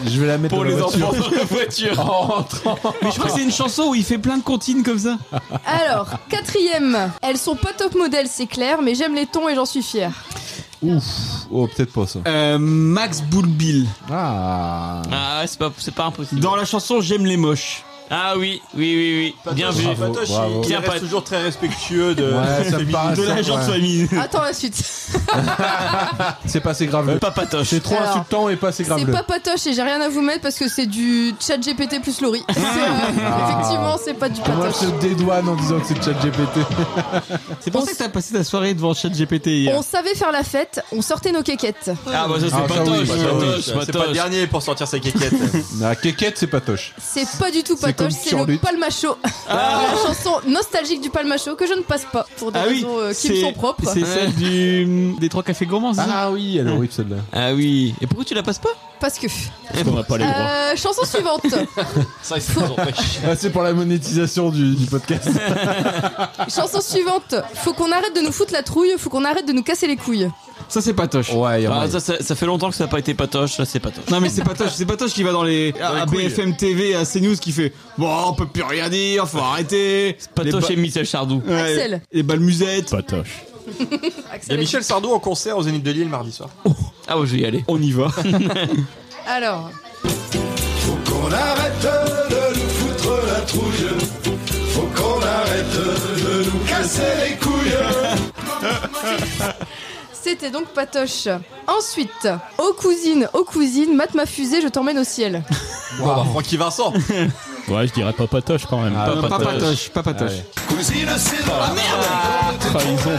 Je vais la mettre
Pour
dans la
les
voiture.
enfants dans la voiture.
Mais je crois que c'est une chanson où il fait plein de comptines comme ça.
Alors, quatrième. Elles sont pas top modèles, c'est clair, mais j'aime les tons et j'en suis fière.
Ouf, oh peut-être pas ça.
Euh, Max Boulbil.
Ah.
Ah c'est pas c'est pas impossible.
Dans la chanson J'aime les moches.
Ah oui oui oui oui. Bien vu.
Bravo,
Patoche,
bravo.
il, il
Bien
reste
pat-
toujours très respectueux Euh, de.
Ouais, ça me
Ah,
paraît.
De
ça,
la genre
ouais.
famille.
Attends la suite.
C'est pas assez grave.
Pas patoche.
C'est trop
Euh, Alors,
insultant et pas assez grave.
C'est pas patoche et j'ai rien à vous mettre parce que c'est du chat GPT plus Laurie. C'est, euh, effectivement, c'est pas du
Moi,
patoche.
je te dédouane en disant que c'est chat GPT.
C'est pour ça que t'as passé ta soirée devant ChatGPT hier.
On savait faire la fête, on sortait nos quéquettes.
Ah bah ça c'est
Ah, ça,
patoche.
oui, ça, oui.
Patoche.
C'est pas le
Patoche.
dernier pour sortir sa quéquette.
La quéquette, Ah, c'est patoche.
C'est pas du tout
C'est comme
patoche, c'est le
Turlute.
palmacho. la chanson nostalgique du palmacho que je ne passe pas pour des raisons euh, qui me
c'est-
sont propres.
C'est celle du des trois cafés gourmands. c'est ça
Ah oui, elle est horrible celle-là.
Ah oui. Et pourquoi tu la passes pas
Parce que.
Parce qu'on n'a pas les droits.
Euh, chanson suivante.
Ça, il nous empêche.
Ah, c'est pour la monétisation du, du podcast.
chanson suivante. Faut qu'on arrête de nous foutre la trouille, faut qu'on arrête de nous casser les couilles.
Ça c'est patoche.
Ouais,
Bah, ça, ça, ça fait longtemps que ça n'a pas été patoche. Là c'est patoche.
Non mais c'est Patoche, c'est Patoche qui va dans les,
Ah,
à BFM TV, à CNews qui fait bon on peut plus rien dire, faut arrêter.
Patoche et
Les
Michel Sardou.
ba- ouais,
Axel.
Les balmusettes.
Patoche.
Il y a Michel Sardou en concert aux Zénith de Lille mardi soir.
Ah bah je vais y aller.
On y va.
Alors,
Faut qu'on arrête de nous foutre la trouille. Faut qu'on arrête de nous casser les couilles.
c'était donc Patoche. Ensuite, aux cousines, aux cousines, mate ma fusée, je t'emmène au ciel.
Bon, bah, Francky Vincent.
Ouais, je dirais pas patoche quand même.
Ah.
Non, pas Patoche, pas Patoche.
Cousine, c'est dans
Ah,
la merde.
Trahison.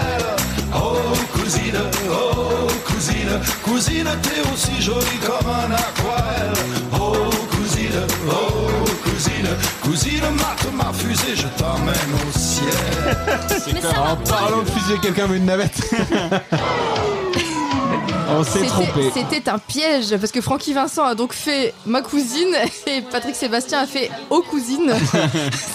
Oh cousine, oh cousine, cousine, t'es aussi jolie comme un aquarelle. Oh cousine, oh cousine, cousine, mate ma fusée, je t'emmène au ciel.
En parlant de fusiller quelqu'un mais une navette.
On s'est
C'était-
trompé.
C'était un piège parce que Francky Vincent a donc fait ma cousine et Patrick Sébastien a fait aux cousines.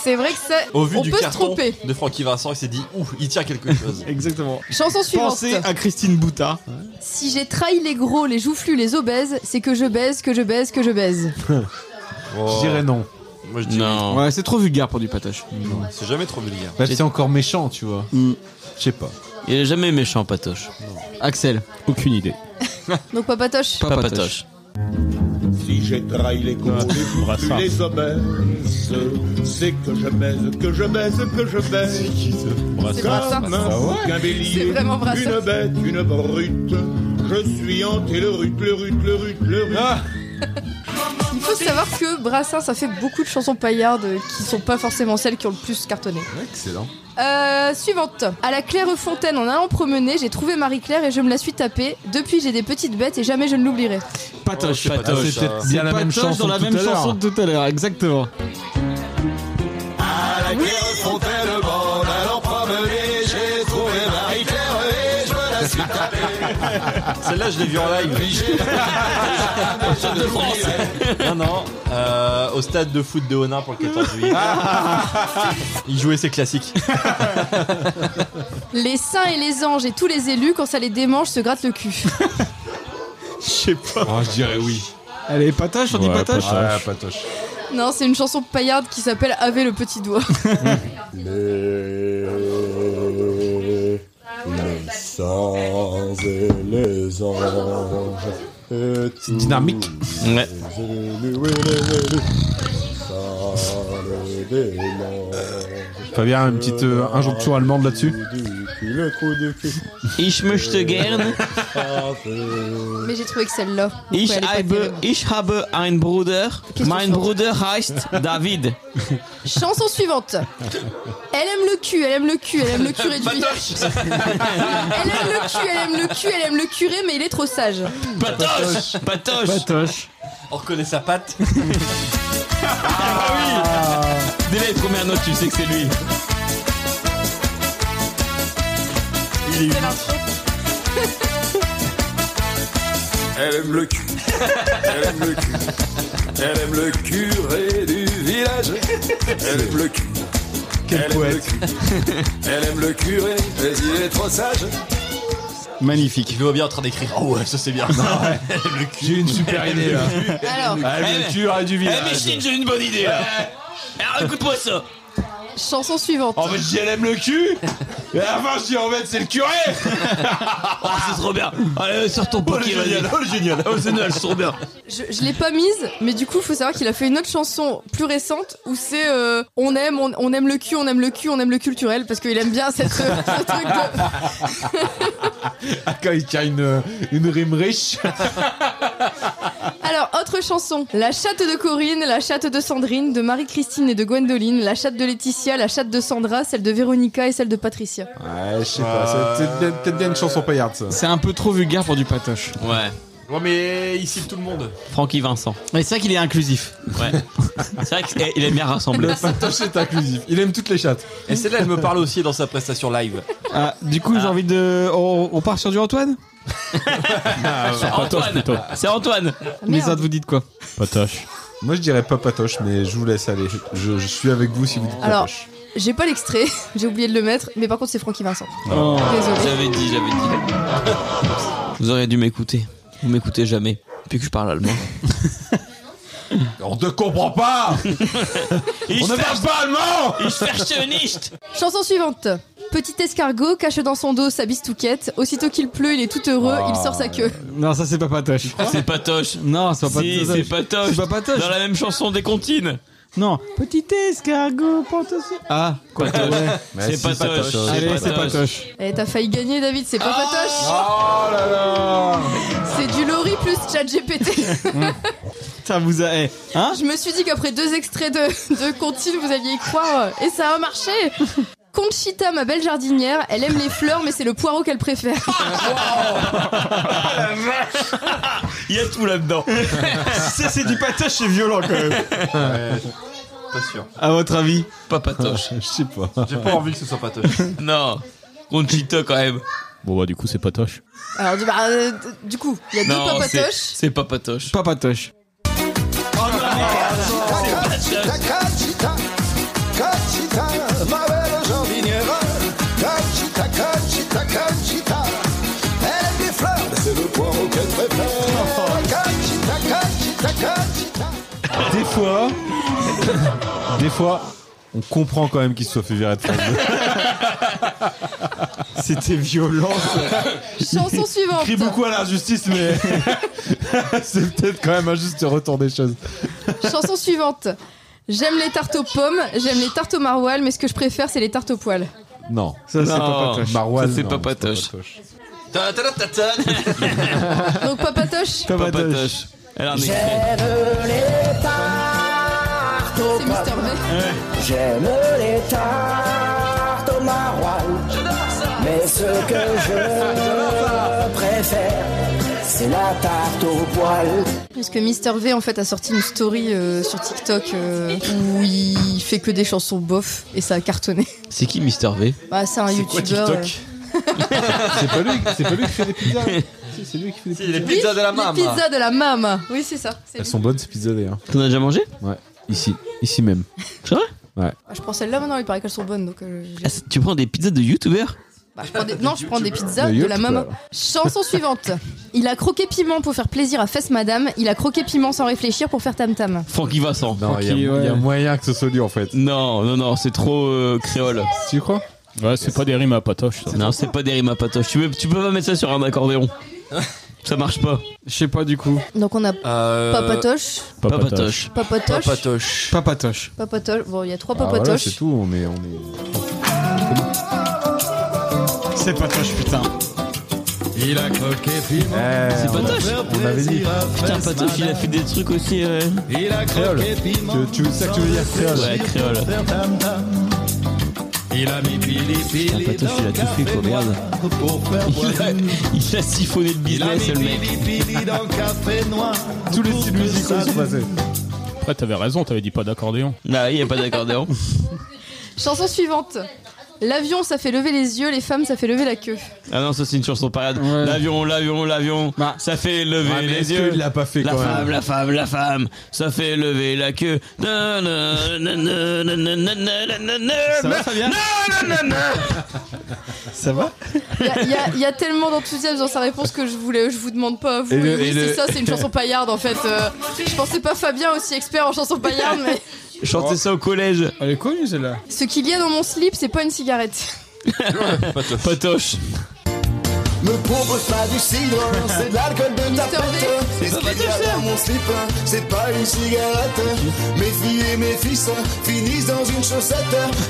C'est vrai que ça,
Au vu
on
du
peut se
carton
tromper.
de Francky Vincent, il s'est dit Ouh, il tient quelque chose.
Exactement.
Chanson suivante.
Pensez à Christine Boutard.
Si j'ai trahi les gros, les joufflus, les obèses, c'est que je baise, que je baise, que je baise.
Je dirais non.
Moi, je dis
Non.
Ouais, c'est trop vulgaire pour du Patoche.
oui. C'est jamais trop vulgaire.
Même si c'est encore méchant, tu vois.
Mm.
Je sais pas.
Il est jamais méchant patoche.
Axel,
Aucune idée.
Donc papatoche.
pas,
Pas
Patoche.
patoche.
Si j'ai trahi les gros,
Brassard.
les les obèses, c'est que je baise, que je baise, que je baise.
C'est Ah
Comme
Brassens.
un fou qu'un
C'est
bélier,
vraiment Brassens.
une bête, une brute. Je suis hanté le rut, le rut, le rut, le rut.
Il faut savoir que Brassens a fait beaucoup de chansons paillardes qui sont pas forcément celles qui ont le plus cartonné.
Excellent.
Euh, suivante. À la Clairefontaine, en allant promener, j'ai trouvé Marie-Claire et je me la suis tapée. Depuis, j'ai des petites bêtes et jamais je ne l'oublierai.
Patoche.
Oh, c'est
Ah,
patoche,
c'est
ça.
peut-être bien la même
Patoche
chanson
dans la
tout
même
à l'heure.
chanson de tout à l'heure, exactement.
À la guerre fontaine, bon, allant promener, j'ai trouvé Marie-Claire et je me la suis tapée.
Celle-là, je l'ai vue en live. de France. Non, non. euh, au stade de foot de Honin pour le 14 juillet.
Ah.
Il jouait ses classiques.
Les saints et les anges et tous les élus, quand ça les démange, se grattent le cul.
Je sais pas.
Oh, je dirais oui.
Allez, patoche, on dit
Ouais,
patoche.
patoche.
Ah, patoche.
Non, c'est une chanson paillarde qui s'appelle Avez le petit doigt.
Les, les saints et les anges. et tous
Dynamique.
Ouais.
les élus, oui, les élus. Ça le démange.
Fabien, une petite euh, injonction allemande là-dessus
Du cul, le trou du cul.
Ich möchte gern,
Mais j'ai trouvé que celle-là. donc
ich
elle est pas
habe,
terrible.
ich habe einen Bruder.
Qu'est-ce
Mein
qu'on chante
Bruder heißt David.
Chanson suivante. Elle aime le cul, elle aime le cul, elle aime le curé
Bah,
du village. Elle aime le cul, elle aime le cul, elle aime le curé, mais il est trop sage.
Patoche Patoche
Patoche.
On reconnaît sa patte.
Dès les premières notes, tu sais que c'est lui.
Elle aime le cul. Elle aime le cul. Elle aime le curé du village. Elle aime le cul. elle aime le cul. Elle aime le curé, mais il est trop sage.
Magnifique. Je le vois bien en train d'écrire. Oh ouais, ça c'est bien.
Ah,
Le cul.
J'ai une super idée là.
Alors,
Allez, tu aurais du
Eh
village.
Micheline, j'ai une bonne idée là Alors écoute-moi ça
chanson suivante.
En fait, je dis elle aime le cul. Et à la fin, je dis en fait, c'est le curé.
Oh, c'est trop bien Allez, sors ton paquet, vas-y
oh, le génial.
Oh, c'est nul, c'est trop bien
Je, je l'ai pas mise, mais du coup, faut savoir qu'il a fait une autre chanson plus récente où c'est euh, on aime, on, on aime le cul, on aime le cul, on aime le culturel parce qu'il aime bien cette, ce truc de.
Ah, quand il a une, une rime riche.
Alors, autre chanson. La chatte de Corinne, la chatte de Sandrine, de Marie-Christine et de Gwendoline, la chatte de Laetitia, la chatte de Sandra, celle de Véronica et celle de Patricia.
Ouais, je sais pas. C'est peut-être bien- peut-être bien une chanson paillarde ça.
C'est un peu trop vulgaire pour du patoche.
Ouais.
Ouais, mais il cite tout le monde.
Francky Vincent.
Mais c'est vrai qu'il est inclusif.
Ouais. c'est vrai qu'il est bien rassemblé.
Le patoche est inclusif. Il aime toutes les chattes.
Et celle-là, elle me parle aussi dans sa prestation live.
Ah, du coup, j'ai envie de. On, on part sur du Antoine
Patoche
Antoine
plutôt.
C'est Antoine
Ah,
Mais
merde.
ça, vous dites quoi
Patoche.
Moi, je dirais pas patoche, mais je vous laisse aller. Je, je suis avec vous si vous dites
Alors,
patoche.
j'ai pas l'extrait, j'ai oublié de le mettre, mais par contre, c'est Francky Vincent.
Oh.
Désolé.
J'avais dit, j'avais dit. Vous auriez dû m'écouter. Vous m'écoutez jamais. Depuis que je parle allemand.
On te comprend pas On ne parle pas allemand
Ich verstehe nicht
Chanson suivante. Petit escargot cache dans son dos sa bistouquette. Aussitôt qu'il pleut, il est tout heureux, il sort sa queue.
Non, ça, c'est pas patoche.
C'est Patoche
Non, c'est pas
Ah.
patoche.
Si, c'est Patoche
C'est pas patoche.
Dans la même chanson des comptines
Non. Petit escargot, pantoche. Ah, quoi
Patoche.
ouais.
Mais
C'est
si,
Patoche
Allez, c'est
Patoche
patoche.
Eh, t'as failli gagner, David, c'est pas patoche.
Ah. Oh là là
C'est du Lori plus ChatGPT.
Ça vous a. eh, Hein
Je me suis dit qu'après deux extraits de, de Contine, vous alliez y croire. Et ça a marché. Conchita, ma belle jardinière, elle aime les fleurs, mais c'est le poireau qu'elle préfère.
Il y a tout là-dedans
Ça, c'est du patoche, c'est violent quand même.
Pas sûr.
À votre avis
Pas Patoche
Je sais pas.
J'ai pas envie que ce soit patoche.
Non Conchita quand même
Bon, bah, du coup, c'est Patoche.
Alors, du, bah, euh, du coup, il y a deux pas
Non, c'est
patoches.
c'est pas Patoche
Pas patoche.
La cachita, cachita, ma belle jardinière. Cachita, cachita, cachita. Elle aime les fleurs, mais c'est le poireau qu'elle préfère. Cachita, cachita, cachita.
Des fois... Des fois... On comprend quand même qu'il se soit fait virer de France deux.
C'était violent.
Chanson
Il crie
suivante.
beaucoup à l'injustice, mais c'est peut-être quand même injuste de retour des choses.
Chanson suivante. J'aime les tartes aux pommes, j'aime les tartes aux maroilles, mais ce que je préfère, c'est les tartes aux poils.
Non.
Ça, c'est
Non.
pas patoche.
Marouane,
Ça, c'est
non,
pas patoche.
Ta ta ta ta ta.
Donc, pas patoche,
Pas
Pas
patoche.
Patoche Elle en est
J'aime les tartes aux
c'est Mister
pommes.
V.
J'aime les tartes au maroilles. Mais ce que je préfère, c'est la tarte au poil.
Parce que Mister V en fait a sorti une story euh, sur TikTok euh, où il fait que des chansons bof et ça a cartonné.
C'est qui Mister V
Bah c'est un youtubeur. euh,
C'est pas lui, c'est pas lui qui fait des pizzas. Si, c'est lui qui fait des pizzas.
Les pizzas de la
Les
maman.
pizzas de la mam. Oui, c'est ça. c'est
Elles
lui.
sont bonnes ces pizzas d'ailleurs.
T'en as déjà mangé
Ici, ici même.
C'est vrai
Ah, Je prends celle-là maintenant, il paraît qu'elles sont bonnes. Donc, euh, j'ai-
Ah, c'est- Tu prends des pizzas de youtubeurs
Bah, je prends des- Non, je prends des pizzas
Le
de la
youtubeur.
maman. Chanson suivante. Il a croqué piment pour faire plaisir à Fesse Madame. Il a croqué piment sans réfléchir pour faire Tam Tam.
Francky Vincent.
Non, il y a-
Ok,
il y,
ouais.
a moyen que ce soit lui en fait.
Non, non, non, c'est trop euh, créole.
Tu crois
Ouais, c'est pas des rimes à patoche, ça.
Non, c'est pas des rimes à patoche. Tu peux, tu peux pas mettre ça sur un accordéon. Ça marche pas.
Je sais pas du coup.
Donc on a
Euh,
Papatoche,
Pas patoche.
Papotoche,
Papatoche.
Papatoche.
Papatoche. Bon, il y a trois
Ah, voilà,
Papotoches.
c'est tout, on est. On est...
C'est Patoche, putain.
Il a croqué piment.
Eh,
C'est patoche.
on avait dit.
Putain, patoche, il a fait des trucs aussi. ouais.
Il a croqué piment.
Tu- tu- c'est ça que tu veux dire, créole.
Ouais, créole.
Il a mis pili pili.
Putain, Patoche, il a
dans
tout fait, quoi,
café noir Pour faire
Il a,
boire une
il a siphonné le
Il a mis
business, le mec.
pili pili dans le café noir.
Tous les styles
pour que
musicaux
ça
sont passés.
Après, t'avais raison, t'avais dit pas d'accordéon.
Là, il n'y Bah a pas d'accordéon.
Chanson suivante. L'avion, ça fait lever les yeux, les femmes, ça fait lever la queue.
Ah non, ça, c'est une chanson parade.
Ouais.
L'avion, l'avion, l'avion.
Bah.
Ça fait lever
Ah, mais
les
est-ce que
yeux.
il l'a pas fait
La
quand
femme,
même.
la femme, la femme, ça fait lever la queue. Na, na, na, na, na, na, na, na, na, na,
Ça va, Fabien
na, na, na.
Ça va
Il y a- il y, a- il y a tellement d'enthousiasme dans sa réponse que je voulais, je vous demande pas. à Vous,
Et le-
Oui,
et
c'est
le-
ça, c'est une chanson paillarde en fait. Euh, je pensais pas Fabien aussi expert en chanson paillarde, mais
Chantez ça au collège.
Elle est connue celle-là.
ce qu'il y a dans mon slip, c'est pas une cigarette.
Patoche.
Me propose pas du cidre, c'est de l'alcool de ta
Mr.
pète. Et ce qu'il y a dans mon slip, c'est pas une cigarette. Mes filles et mes fils finissent dans une chaussette.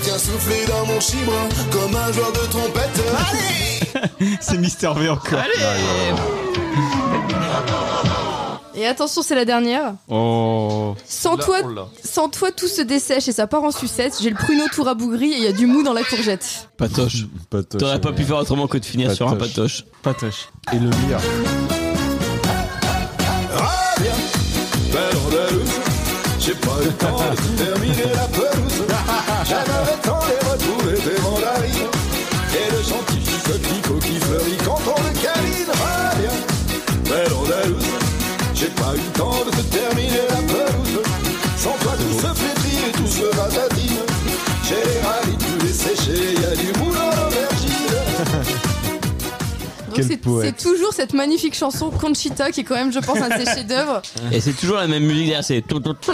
Tiens, souffler dans mon chibre comme un joueur de trompette. Allez!
C'est Mister V encore.
Et attention, c'est la dernière.
Oh.
Sans toi,
on l'a.
sans toi, tout se dessèche et ça part en sucette. J'ai le pruneau tout rabougri et il y a du mou dans la courgette.
Patoche.
Patoche,
T'aurais pas
ouais.
pu faire autrement que de finir sur un patoche.
Patoche.
Et le meilleur.
Reviens, peur de loose. J'ai pas le temps de terminer la pelouse. J'aimerais tant les retrouver des mandarines. Et le gentil petit picot qui fleurit quand on le câline. Reviens, peur de loose. J'ai pas eu le temps de terminer la pelouse. Sans toi tout se flétrit et tout se ratatine. J'ai les rallyes tous les séchés, y a du boulot à l'aubergine.
Donc
Quel
c'est
poète.
c'est toujours cette magnifique chanson Conchita qui est quand même, je pense, un de ses chefs-d'œuvre.
Et c'est toujours la même musique derrière. C'est tout, tout, tout.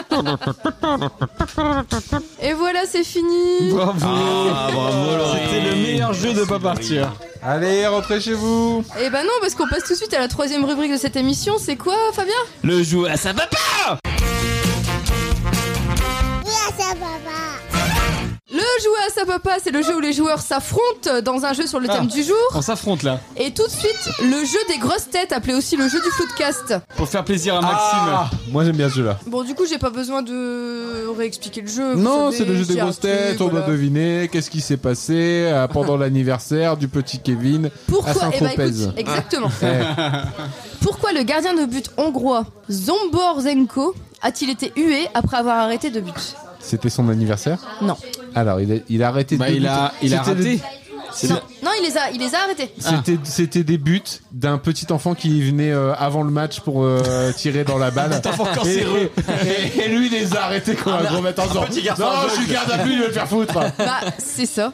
Et voilà, c'est fini.
Bravo.
Ah, bravo, Laurie.
C'était le meilleur jeu de pas partir.
Allez, rentrez chez vous.
Et bah non, parce qu'on passe tout de suite à la troisième rubrique de cette émission. C'est quoi, Fabien
Le ah, jouet à sa papa.
Le jouet à sa papa, c'est le jeu où les joueurs s'affrontent dans un jeu sur le
Ah.
thème du jour.
On s'affronte là.
Et tout de suite, le jeu des grosses têtes, appelé aussi le jeu du floodcast.
Pour faire
Ah.
plaisir à Maxime.
Moi j'aime bien ce jeu-là.
Bon, du coup, j'ai pas besoin de réexpliquer le jeu. vous
Non,
savez,
c'est le jeu des
c'est un
grosses
truc,
têtes, on doit
voilà.
deviner qu'est-ce qui s'est passé euh, pendant l'anniversaire du petit Kevin à
Pourquoi Eh bah,
Saint-Tropez.
écoute, exactement.
Eh,
Pourquoi le gardien de but hongrois Zombor Zenko a-t-il été hué après avoir arrêté de but
C'était son anniversaire
Non.
Alors, il a, il a arrêté
Bah
deux
il
buts.
a, il a
C'était le-
raté.
Non, non, il les a, il les a arrêtés.
C'était c'était des buts d'un petit enfant qui venait euh, avant le match pour euh, tirer dans la balle. et, et- et lui, il les a arrêtés quoi, un gros metteur en disant, Non, je suis garde à but, il veut le faire foutre.
Bah, c'est ça.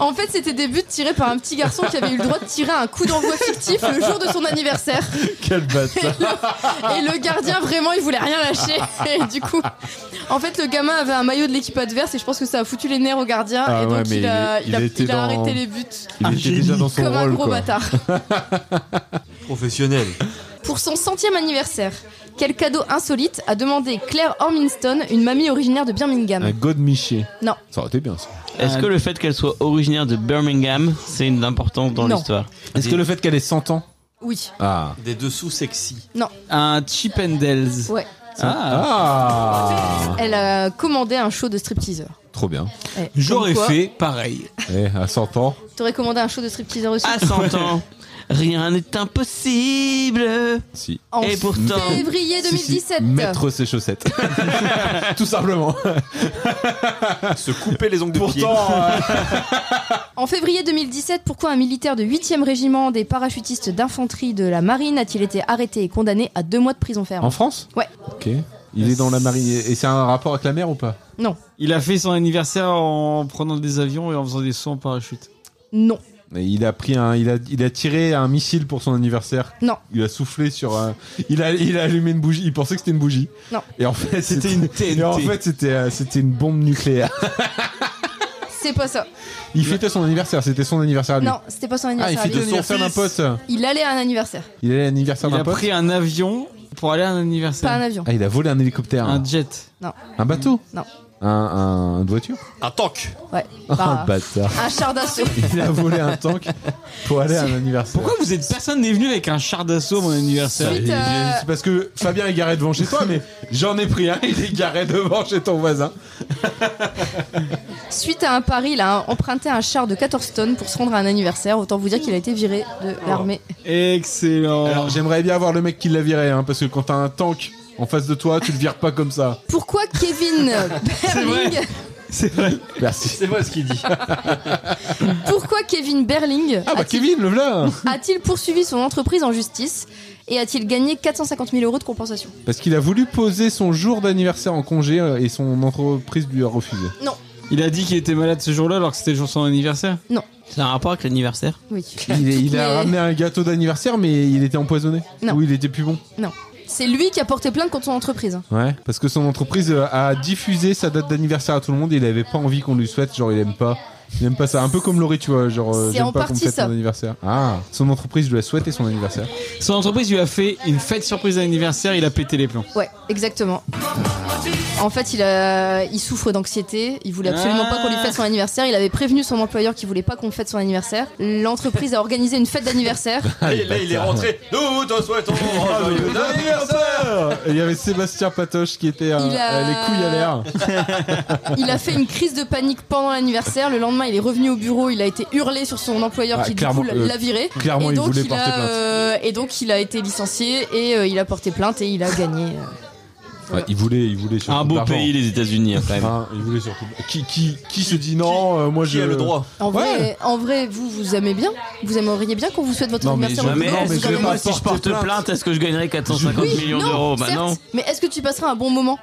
en fait, c'était des buts tirés par un petit garçon qui avait eu le droit de tirer un coup d'envoi fictif le jour de son anniversaire.
Quel bâtard.
Et le gardien, vraiment, il voulait rien lâcher. Et du coup, en fait, le gamin avait un maillot de l'équipe adverse et je pense que ça a foutu les nerfs au gardien.
Ah
et donc,
ouais, mais
il a,
il-
il a-
il était
il a
dans-
arrêté les buts
Il était déjà dans son
comme un
rôle.
gros
quoi.
bâtard.
Professionnel.
Pour son centième anniversaire, quel cadeau insolite a demandé Claire Orminston, une mamie originaire de
Un
Birmingham godemiché. Non.
Ça aurait été bien ça.
Est-ce que le fait qu'elle soit originaire de Birmingham, c'est une importance dans
Non.
l'histoire
Est-ce que le fait qu'elle ait 100 ans
Oui.
Ah.
Des dessous sexy.
Un Chip and Dale's.
Ouais.
Ah.
Ah
Elle a commandé un show de stripteaser.
Trop bien.
Eh,
J'aurais
comme quoi,
fait pareil.
Eh, à 100 ans.
T'aurais commandé un show de stripteaser aussi
Ah,
À 100 ans, rien n'est impossible.
Si.
en
et pourtant-
février 2017.
Mettre ses chaussettes. Tout simplement.
Se couper les ongles de pied.
Pourtant, euh,
En février 2017, pourquoi un militaire de 8e régiment des parachutistes d'infanterie de la marine a-t-il été arrêté et condamné à deux mois de prison ferme
En France
Ouais.
Ok. Il est dans la marine. Et c'est un rapport avec la mer ou pas
Non,
Il a fait son anniversaire en prenant des avions et en faisant des sauts en parachute.
non,
Mais il a pris un, il a, il a tiré un missile pour son anniversaire.
Non.
Il a soufflé sur un, il a, il a allumé une bougie. Il pensait que c'était une bougie.
Non.
Et en fait,
C'était une TNT.
Et en fait, c'était, euh, c'était une bombe nucléaire.
c'est pas ça.
Il fêtait son anniversaire. C'était son anniversaire à lui.
Non, c'était pas son
Ah, il
anniversaire. à
fêtait
lui.
l'anniversaire d'un pote.
il allait à un anniversaire,
Il est l'anniversaire
Il
d'un
a
pote.
pris un avion pour aller à un
pas
anniversaire.
un avion.
Ah, il a volé un hélicoptère.
Un
Un,
jet.
bateau.
Non.
Un, un- une voiture.
Un tank
Ouais. Bah,
Ah, bâtard.
un char d'assaut.
Il a volé un tank pour aller à un anniversaire.
Pourquoi vous êtes personne n'est venu avec un char d'assaut à mon anniversaire
Suite euh,
Et
à-
j'ai- C'est parce que Fabien est garé devant chez toi, mais j'en ai pris un, il est garé devant chez ton voisin.
Suite à un pari, il a emprunté un char de 14 tonnes pour se rendre à un anniversaire. Autant vous dire qu'il a été viré de l'armée.
Excellent.
Alors j'aimerais bien avoir le mec qui l'a viré, hein, parce que quand t'as un tank en face de toi, tu le vires pas comme ça.
Pourquoi Kevin
vrai.
Berling
C'est vrai.
Merci.
C'est moi ce qu'il dit.
Pourquoi Kevin Berling
Ah bah
a-t-il-
Kevin, le voilà
a-t-il poursuivi son entreprise en justice et a-t-il gagné 450 000 euros de compensation
Parce qu'il a voulu poser son jour d'anniversaire en congé euh, et son entreprise lui a refusé.
Il a dit qu'il était malade ce jour-là alors que c'était le jour de son anniversaire.
C'est un rapport avec l'anniversaire.
Oui.
Il, est- il a
Mais
ramené un gâteau d'anniversaire, mais il était empoisonné.
Non.
Ou il était plus bon.
C'est lui qui a porté plainte contre son entreprise.
Ouais. Parce que son entreprise euh, a diffusé sa date d'anniversaire à tout le monde et il avait pas envie qu'on lui souhaite, genre il aime pas. Il aime pas ça, un peu comme Laurie, tu vois, genre euh,
C'est
j'aime
en
pas qu'on me
partie
fête
ça.
mon anniversaire. Ah, son entreprise lui a souhaité son anniversaire.
Son entreprise lui a fait une fête surprise d'anniversaire, il a pété les plombs.
Ouais, exactement. En fait, il, a... il souffre d'anxiété. Il voulait absolument
Ah.
pas qu'on lui fête son anniversaire. Il avait prévenu son employeur qu'il voulait pas qu'on fête son anniversaire. L'entreprise a organisé une fête d'anniversaire.
Et là, Ah, il est Ah, rentré. Nous te souhaitons un joyeux anniversaire
Et il y avait Sébastien Patoche qui était euh,
Il a-
euh, les couilles à l'air.
Il a fait une crise de panique pendant l'anniversaire. Le lendemain, il est revenu au bureau. Il a été hurlé sur son employeur
Ah,
qui, du
clairement,
coup, l'a
euh,
l'a viré.
clairement,
et
il
donc,
voulait porter
a,
plainte.
euh, et donc, il a été licencié et euh, il a porté plainte et il a gagné. euh.
Ouais, il voulait, il voulait surtout
Un
de
beau
l'argent.
pays, les États-Unis, hein, quand même.
Enfin, il voulait surtout. Qui, qui, qui se dit non euh, Moi,
Qui
j'ai
a le droit
En,
Ouais.
vrai, en vrai, vous, vous aimez bien Vous aimeriez bien qu'on vous souhaite votre
Non, mais
anniversaire
jamais.
au
Non,
bureau
mais
Vous
je vais
avez-
pas
moi, si je porte
porter plainte.
plainte, est-ce que je gagnerais 450
Oui,
millions
non,
d'euros
certes,
Bah non.
Mais est-ce que tu passeras un bon moment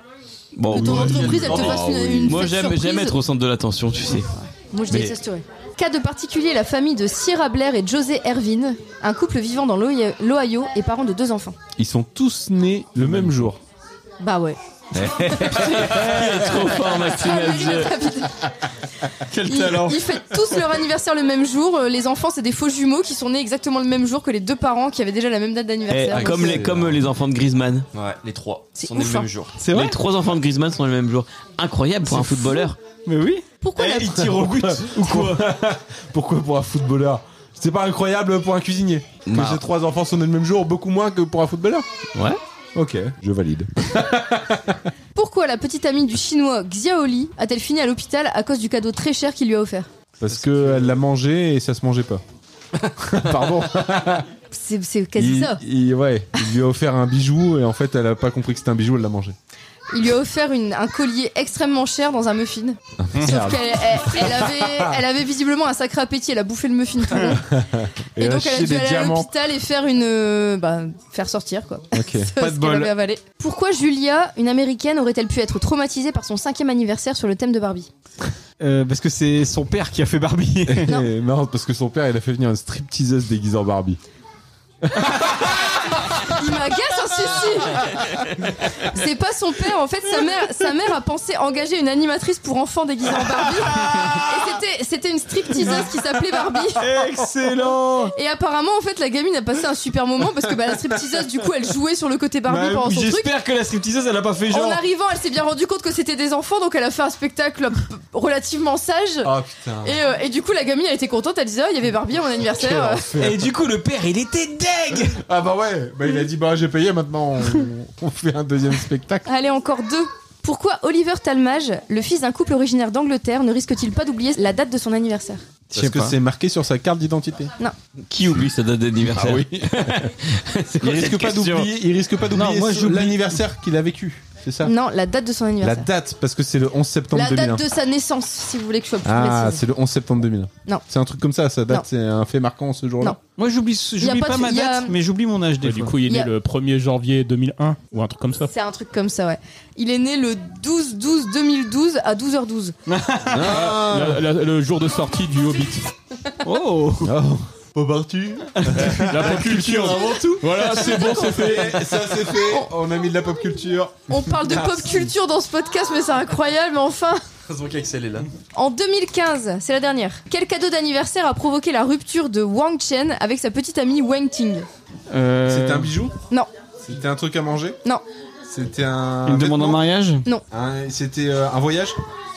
Bon,
Que ton
oui.
entreprise, elle te
Oh,
Ah,
fasse une-
oui.
une
Moi,
fête
j'aime,
surprise.
j'aime être au centre de l'attention, tu sais.
Moi, je
Mais-
détesterais. Cas de particulier, la famille de Sierra Blair et José Ervin, un couple vivant dans l'Ohio- l'Ohio et parents de deux enfants.
Ils sont tous nés le même jour.
Bah ouais.
Trop fort, Maxime
Ah, mais lui,
Alger.
le capitaine. Ils, ils fêtent tous leur anniversaire le même jour. Euh, Les enfants, c'est des faux jumeaux qui sont nés exactement le même jour que les deux parents qui avaient déjà la même date
Eh,
d'anniversaire.
comme, les, comme les enfants de Griezmann.
Ouais, les trois.
C'est
sont nés
ouf,
le
hein.
même jour.
C'est
Les trois enfants de Griezmann sont le même jour. Incroyable pour un footballeur.
Mais oui
Pourquoi
Eh.
la-
Il tire au but ou quoi
Pourquoi pour un footballeur C'est pas incroyable pour un cuisinier. Que
Bah.
ces trois enfants sont nés le même jour, beaucoup moins que pour un footballeur.
Ouais.
Ok, je valide.
Pourquoi la petite amie du chinois Xiaoli a-t-elle fini à l'hôpital à cause du cadeau très cher qu'il lui a offert
Parce que elle l'a mangé et ça se mangeait pas. Pardon.
C'est c'est quasi
il,
ça.
il- ouais, il lui a offert un bijou et en fait elle a pas compris que c'était un bijou, elle l'a mangé.
Il lui a offert une- un collier extrêmement cher dans un muffin. Sauf qu'elle elle- elle avait, elle avait visiblement un sacré appétit, elle a bouffé le muffin tout le long. Et,
elle a
donc elle a
chié
dû
des
aller à
diamants.
l'hôpital et faire une. euh, bah, faire sortir quoi.
Ok.
Ce- ce qu'elle avait avalé. Pourquoi Julia, une américaine, aurait-elle pu être traumatisée par son cinquième anniversaire sur le thème de Barbie
Euh, Parce que c'est son père qui a fait Barbie.
Non.
Eh, Non. parce que son père il a fait venir une stripteaseuse déguisée en Barbie.
Il m'agace en ceci C'est pas son père, en fait, sa mère, sa mère a pensé engager une animatrice pour enfants déguisée en Barbie. Et c'était- c'était une stripteaseuse qui s'appelait Barbie.
Excellent
Et apparemment, en fait, la gamine a passé un super moment parce que bah, la stripteaseuse, du coup, elle jouait sur le côté Barbie
Bah,
pendant son truc.
J'espère que la stripteaseuse elle a pas fait genre.
En arrivant, elle s'est bien rendue compte que c'était des enfants, donc elle a fait un spectacle p- relativement sage.
Oh putain.
Et, euh, et du coup, la gamine, elle était contente, elle disait, Ah, il y avait Barbie à mon anniversaire.
Et du coup, le père il était deg
Ah bah ouais, bah il a dit bah j'ai payé maintenant on, on fait un deuxième spectacle.
Allez, encore deux. Pourquoi Oliver Talmage, le fils d'un couple originaire d'Angleterre, ne risque-t-il pas d'oublier la date de son anniversaire
Parce que c'est marqué sur sa carte d'identité.
Qui oublie sa date d'anniversaire
Il risque pas d'oublier, il risque pas d'oublier
moi,
ce-
j'oublie.
l'anniversaire qu'il a vécu. c'est ça
Non, la date de son
Ah. La
anniversaire.
date, parce que c'est le 11 septembre
La
2001.
date de sa naissance, si vous voulez que je sois plus
Ah,
précise.
c'est le 11 septembre 2001.
Non.
C'est un truc comme ça, sa
Non.
date, c'est un fait marquant ce jour-là.
Non.
Moi, j'oublie
Y a
j'oublie
pas
pas,
de-
ma
y a-
date, mais j'oublie mon âge des
Ouais,
fois.
du coup, il est né
Yeah.
le 1er janvier 2001 ou un truc comme ça.
C'est un truc comme ça, ouais. Il est né le 12-12-2012 à 12h12.
La- la- le jour de sortie du Hobbit.
Oh
La pop culture.
avant tout.
Voilà, c'est bon, c'est fait.
Ça c'est fait, on a mis de la pop culture.
On parle de pop culture dans ce podcast, mais c'est incroyable, mais enfin.
Heureusement qu'Axel est là.
En 2015, c'est la dernière. Quel cadeau d'anniversaire a provoqué la rupture de Wang Chen avec sa petite amie Wang Ting
Euh.
C'était un bijou
Non.
C'était un truc à manger
Non.
C'était un.
Une demande en
vêtement
mariage
Un- C'était euh, un voyage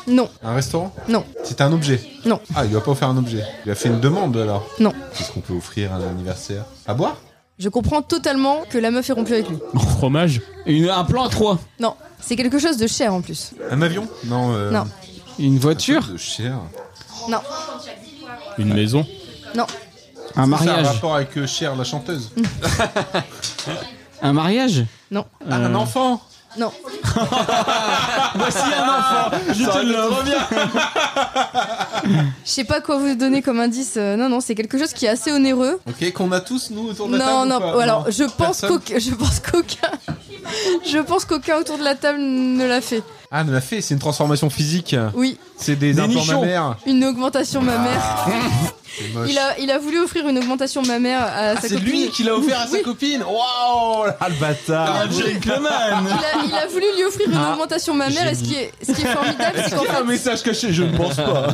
Non,
Un restaurant
Non.
C'était un objet
Non.
Ah, il lui a pas offert un objet. Il a fait une demande alors
Non.
Qu'est-ce qu'on peut offrir à un anniversaire À boire
je comprends totalement que la meuf ait rompu avec lui.
Fromage.
Une- Un plan à trois
Non, c'est quelque chose de cher en plus.
Un avion Non. euh,
Non.
Une voiture
De cher.
Non,
Une maison.
non,
Un
Ça a un
mariage
rapport avec euh, Cher, la chanteuse.
Mhm.
Un mariage
non,
Un enfant
non.
Voici un enfant Je te l'offre
Je sais pas quoi vous donner comme indice. euh, non, non, c'est quelque chose qui est assez onéreux.
Ok, qu'on a tous nous autour de la
Non,
table
non,
ou pas
alors je pense
Personne
qu'aucun. Je pense qu'aucun. Je pense qu'aucun autour de la table ne l'a fait.
Ah, ne l'a fait, c'est une transformation physique.
Oui,
C'est des,
Des
implants
nichons.
mammaires.
une augmentation mammaire.
Ah, C'est moche.
Il a, il a voulu offrir une augmentation mammaire à sa
Ah, C'est
copine.
lui qui l'a offert à sa
Oui.
copine. Waouh, là, Ah, le bâtard.
Il a, il a voulu lui offrir une
Ah.
augmentation mammaire et ce qui est, ce qui est formidable, c'est qu'en
Un message caché, je ne pense pas.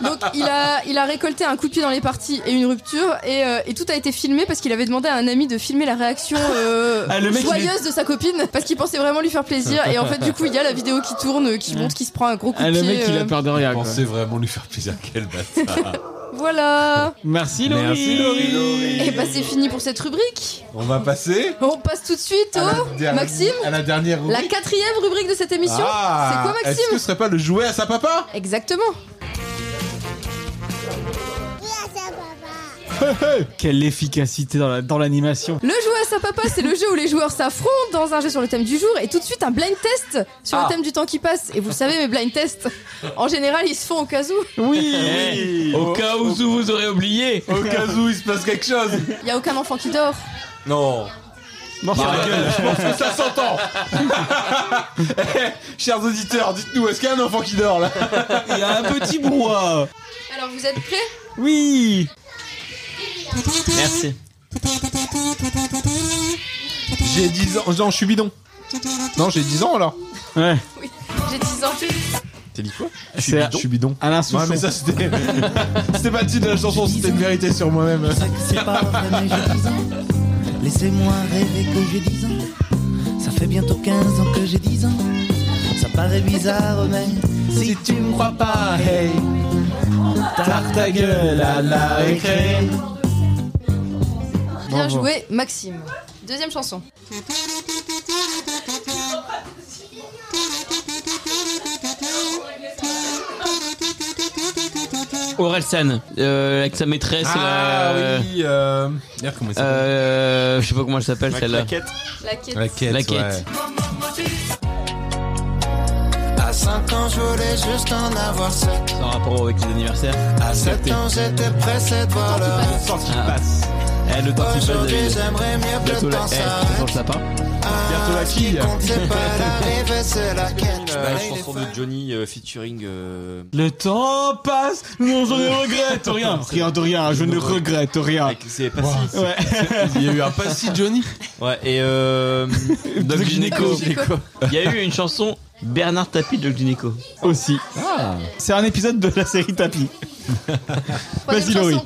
Donc il a, il a récolté un coup de pied dans les parties et une rupture et, euh, et tout a été filmé parce qu'il avait demandé à un ami de filmer la réaction euh,
Ah, le mec,
joyeuse de sa copine parce qu'il pensait vraiment lui faire plaisir et en fait du coup il y a la vidéo qui tourne euh, qui montre qu'il se prend un gros coup
Ah,
de
le
pied.
mec, il
euh,
a peur de rien. quoi.
Pensez vraiment lui faire plaisir, quel bâtard.
Voilà.
Merci Laurie
Merci, Laurie.
Et bah c'est fini pour cette rubrique.
On va passer
On passe tout de suite
à
au
la, dernière-
Maxime,
à la dernière rubrique.
la quatrième rubrique de cette émission.
Ah,
c'est quoi Maxime
Est-ce que ce serait pas le jouet à sa papa
Exactement.
Quelle efficacité dans la- dans l'animation
Le jeu à sa papa, c'est le jeu où les joueurs s'affrontent dans un jeu sur le thème du jour et tout de suite un blind test sur le thème du temps qui passe. Et vous le savez, mes blind tests, en général, ils se font au cas où.
Eh, Au cas où vous aurez oublié.
Au cas où il se passe quelque chose.
Il y a aucun enfant qui dort.
Non.
Non, c'est la gueule.
Ça s'entend. Eh, Chers auditeurs, dites-nous, est-ce qu'il y a un enfant qui dort là
Il y a un petit brouhaha
Alors vous êtes prêts
Oui
Merci.
J'ai 10 ans. Non, je suis bidon. Non, j'ai 10 ans alors.
Ouais,
Oui, j'ai 10 ans.
T'as dit quoi
c'est
Je suis bidon.
Alain
Ouais, mais
Souchon.
ça c'était. c'était pas le titre de la chanson, c'était une vérité sur moi-même.
ça que c'est pas vrai, mais j'ai 10 ans. Laissez-moi rêver que j'ai 10 ans. Ça fait bientôt 15 ans que j'ai 10 ans. Ça paraît bizarre, mais si tu me crois pas, hey, tarte ta gueule à la récré.
Bien joué, Maxime. Deuxième chanson.
Orelsan, euh, avec sa maîtresse.
Ah
euh,
oui, euh. Merde, comment il s'appelle
euh, je sais pas comment elle s'appelle celle-là.
euh, La quête.
La quête.
La quête.
À 5 ans, je voulais juste en avoir 7.
C'est en rapport avec les anniversaires.
À 7 ans, j'étais pressé de voir l'heure.
Eh, le temps qui passe.
Aujourd'hui,
euh,
j'aimerais mieux que
Bientôt
le
la,
temps
eh, c'est
s'arrête. Ah,
bientôt le lapin.
Bientôt la
Ce qui
quille.
compte, c'est pas l'arrivée, c'est la quête. Je
La
balaye les
chanson de Johnny euh, featuring. euh,
Le temps passe, non, je ne regrette rien. Rien de rien, je ne regrette rien.
Avec, c'est pas si.
Ouais.
Il y a eu un passy Johnny.
Ouais, et euh.
Doc Gynéco.
Gynéco.
Il y a eu une chanson Bernard Tapie de Doc Gynéco.
Aussi. C'est un épisode de la série Tapis.
Troisième
Vas-y, Laurie.
chanson.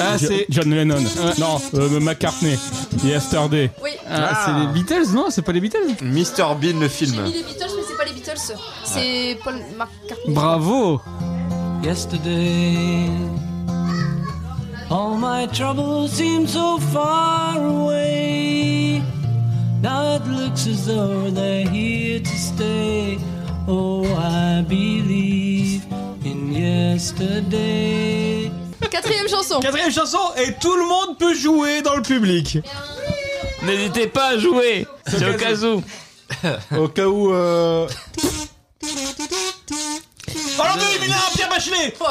Ah, c'est.
John Lennon.
Oh.
Non, euh, McCartney. Yesterday.
Oui,
Ah, c'est les Beatles, non C'est pas les Beatles
Mr. Bean, le
j'ai mis
film.
les Beatles, mais c'est pas les Beatles. C'est Paul McCartney.
Bravo
Yesterday, all my troubles seem so far away. Now it looks as though they're here to stay. Oh, I believe in yesterday.
Quatrième chanson.
Quatrième chanson et tout le monde peut jouer dans le public.
N'hésitez pas à jouer. C'est au cas où.
Au cas où. euh,
Parlons de Emilien Pierre Bachelet
Oh,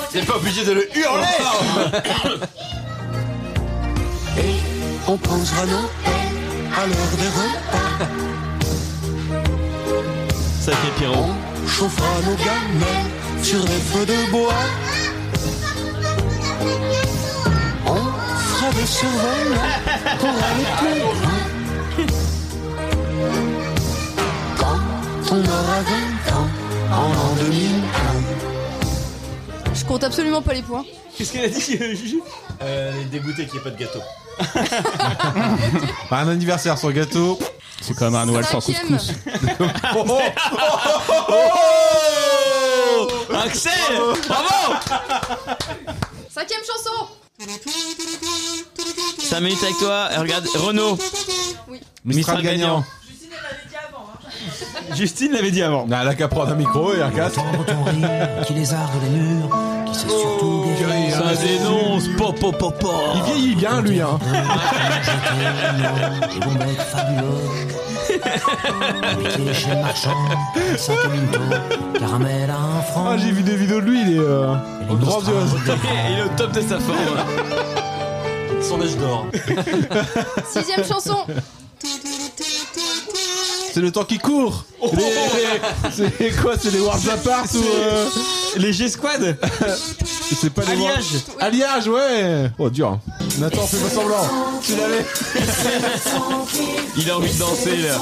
T'es pas obligé de le hurler
On posera nos peines à l'heure des repas.
Sacré Pierrot.
On chauffera nos gamelles sur les feux de bois. On fera des survols pour aller plus loin. Quand on aura 20 ans, en l'an 2001.
Je compte absolument pas les points.
Qu'est-ce qu'elle a dit
Euh, Elle est dégoûtée qu'il n'y ait pas de gâteau.
Bah, Un anniversaire sur gâteau.
C'est quand même un Noël sans
Cinquième.
couscous.
Oh Axel Bravo
Cinquième chanson.
5 minutes avec toi. Et regarde, Renaud.
Mistral
Mistral
gagnant.
gagnant.
Justine l'avait dit avant.
Elle a qu'à prendre un micro et un casque.
qui lézarde les murs, qui s'est surtout guéri.
Ça dénonce. Po, po, po, po.
Il vieillit bien, lui, hein.
Et bon mec fabuleux, avec les chaînes marchands, 5 minutes, caramel à un franc.
Ah, j'ai vu des vidéos de lui, il est euh,
les
grandiose.
Il est au top de sa forme.
Son âge d'or.
Sixième chanson.
C'est le temps qui court. Les- C'est quoi Oh. C'est les Worlds Apart ou. euh,
Les G-Squad
C'est pas les
Alliage.
Worlds- Alliage, ouais. Oh, dur. hein. Nathan, fais pas semblant. Tu l'avais.
Il a envie de danser là.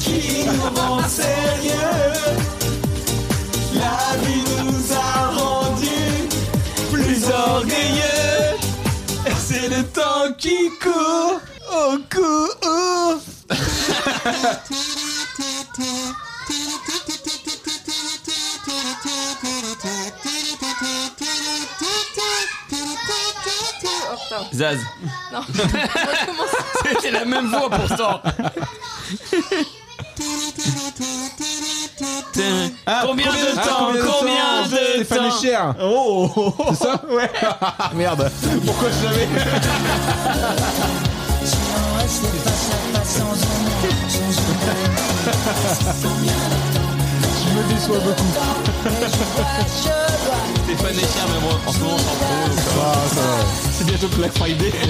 Qui nous rend sérieux La vie nous a rendus plus orgueilleux Et c'est le temps qui court au cours
Oh, putain.
Zaz.
Non. On recommence.
C'est la même voix pourtant. Ah, combien,
Ah,
de temps Combien de
Stéphane
temps
Echer.
Oh
C'est ça Ouais. Merde. Pourquoi je l'avais Je me déçois beaucoup.
Stéphane Echer, mais bon, en ce moment on s'en fout. donc ça va.
Ah, ça va.
C'est bientôt Black Friday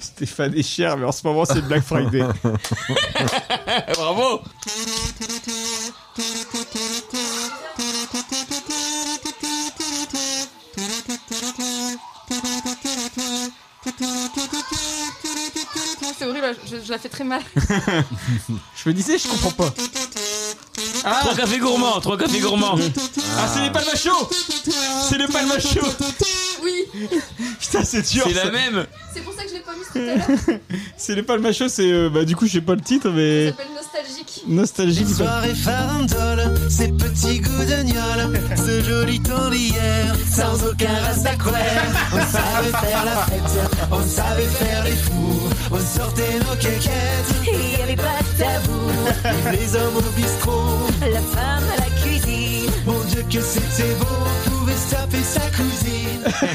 Stéphane est cher, mais en ce moment c'est Black Friday.
Eh, bravo
C'est horrible. Je, je la fais très mal.
Je me disais, je comprends pas. Ah,
Trois cafés gourmands, trois cafés gourmands.
ah, c'est les palmachos C'est les palmachos
Ah Oui.
Putain, c'est dur
C'est
ça.
la même.
C'est pour ça que je l'ai pas mis tout à l'heure.
C'est les palmachos, c'est. euh, bah, du coup, je sais pas le titre,
Ça
mais.
s'appelle nostalgique.
Nostalgie du palmachos.
Soirée farandole, ces petits goûts de gnôle, ce joli temps d'hier, sans aucun rastaquaire. On savait faire la fête, on savait faire les fous, on sortait nos quéquettes.
Il n'y avait pas de tabou,
Les hommes au bistrot,
la femme à la cuisine.
mon Dieu que c'était beau, on pouvait se taper sa cousine.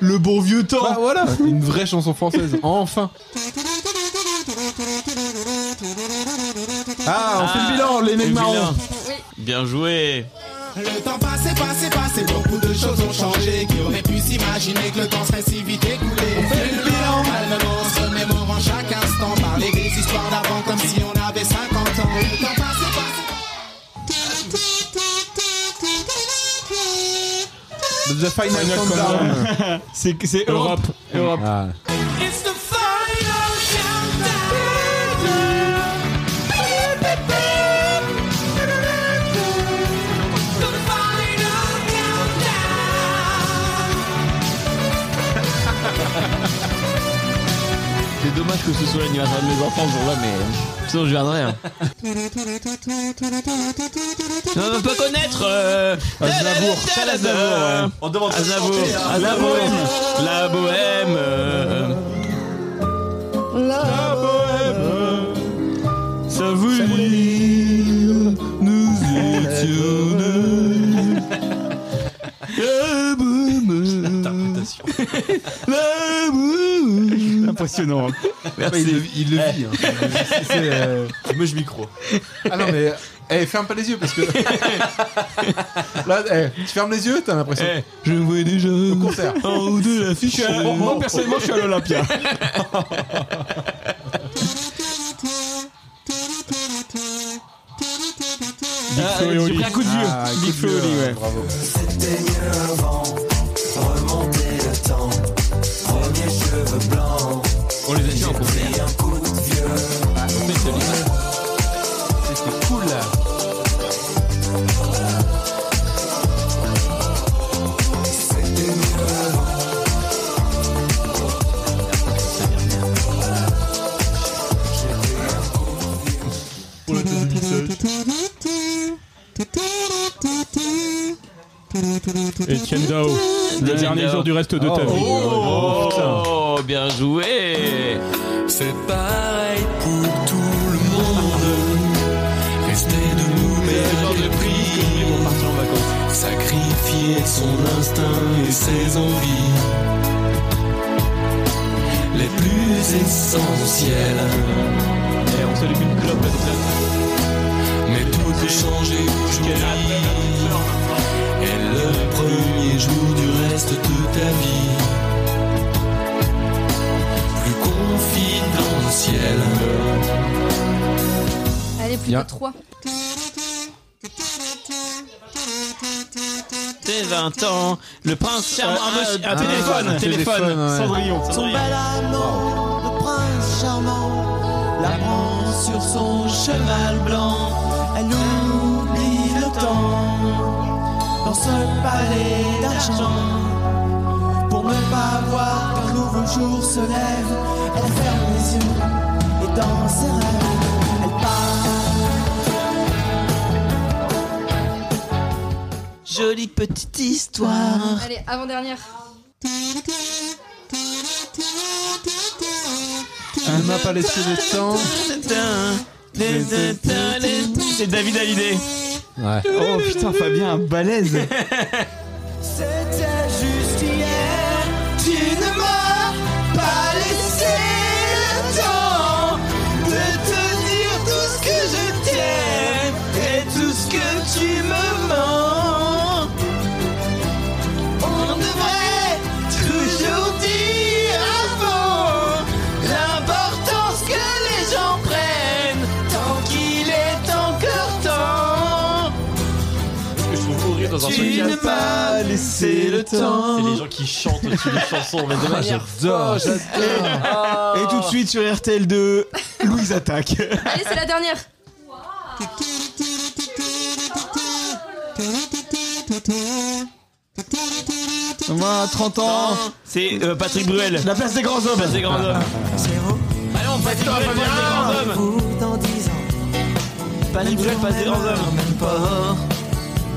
Le bon vieux temps
Bah voilà, une vraie chanson française, enfin. Ah, on fait le bilan, les mecs marrons.
Bien joué.
Le temps passé, passé, passé, beaucoup de choses ont changé. Qui aurait pu s'imaginer que le temps serait si vite écoulé On fait le bilan, calmement, se mémorant chaque instant. Parler des histoires d'avant comme si on avait 50 ans. Le temps passé, passé.
The Final Countdown.
C'est c'est Europe. Europe.
Europe.
Ah.
C'est dommage que ce soit l'anniversaire de mes enfants ce jour-là, mais sinon je viendrai. Hein. Non, on peut pas connaître. Euh...
Aznavour, Charles Aznavour,
On demande
Aznavour, Aznavour, la bohème, la bohème. euh,
La bohème.
se hein.
Impressionnant.
Merci. Il, le- il le
Eh.
vit. hein. C'est- c'est, euh, Moi, je micro. Ah non, mais. Eh, ferme pas les yeux parce que. Là, eh, tu fermes les yeux, t'as l'impression.
Eh.
je me vois déjà. Au
concert.
En haut de l'affiche.
Oh, oh,
Moi,
oh.
personnellement, je suis à l'Olympia.
Ah, Flo et j'ai Oli. pris un coup de vieux.
Ah,
Big Flo et Oli, ouais. C'était mieux avant. Remonter le temps. Premier cheveux blancs. On les a déjà en un coup de vieux. C'était cool là. C'était mieux avant.
Et Dao, le
Etienne
dernier
Dao.
jour du reste de ta
Oh.
vie.
Oh,
Putain.
bien joué
C'est pareil pour tout le monde. Rester debout, mais le prix. Sacrifier son instinct et ses envies. Les plus essentielles. Et on s'allume une clope Mais tout peut changer aujourd'hui. Et le premier jour du reste de ta vie plus confidentiel.
Allez, plus
Bien.
de 3.
T'es 20 ans, le prince charmant.
Ah,
un,
ah,
téléphone,
un
téléphone,
téléphone, ouais.
Cendrillon.
Son
Cendrillon.
bel amant, le prince charmant, la prend sur son cheval blanc. Elle oublie le temps dans ce palais d'argent. Pour ne pas voir qu'un nouveau jour se lève, elle ferme les yeux et dans ses rêves, elle part.
Jolie petite histoire.
Ah. Allez, avant-dernière.
Elle m'a pas laissé le temps.
C'est David Hallyday.
Ouais.
Oh putain, Fabien, un balèze.
C'était juste hier, tu ne m'as pas laissé le temps de te dire tout ce que je t'aime et tout ce que tu me mens. On devrait toujours dire avant l'importance que les gens prennent tant qu'il est encore temps.
que je trouve fou de rire dans un
Tu
truc.
ne m'as laissé le temps.
Oh.
C'est les gens qui chantent au-dessus des chansons, mais de manière.
J'adore, Et, et tout de suite sur RTL2, Louise attaque.
Allez, c'est la dernière.
Moi, à 30 ans.
C'est euh, Patrick Bruel.
La place des grands hommes.
La place des grands hommes.
Allez, on passe
Patrick Bruel, place des grands hommes.
dans 10 ans.
Patrick Bruel, place des grands hommes.
Même pas.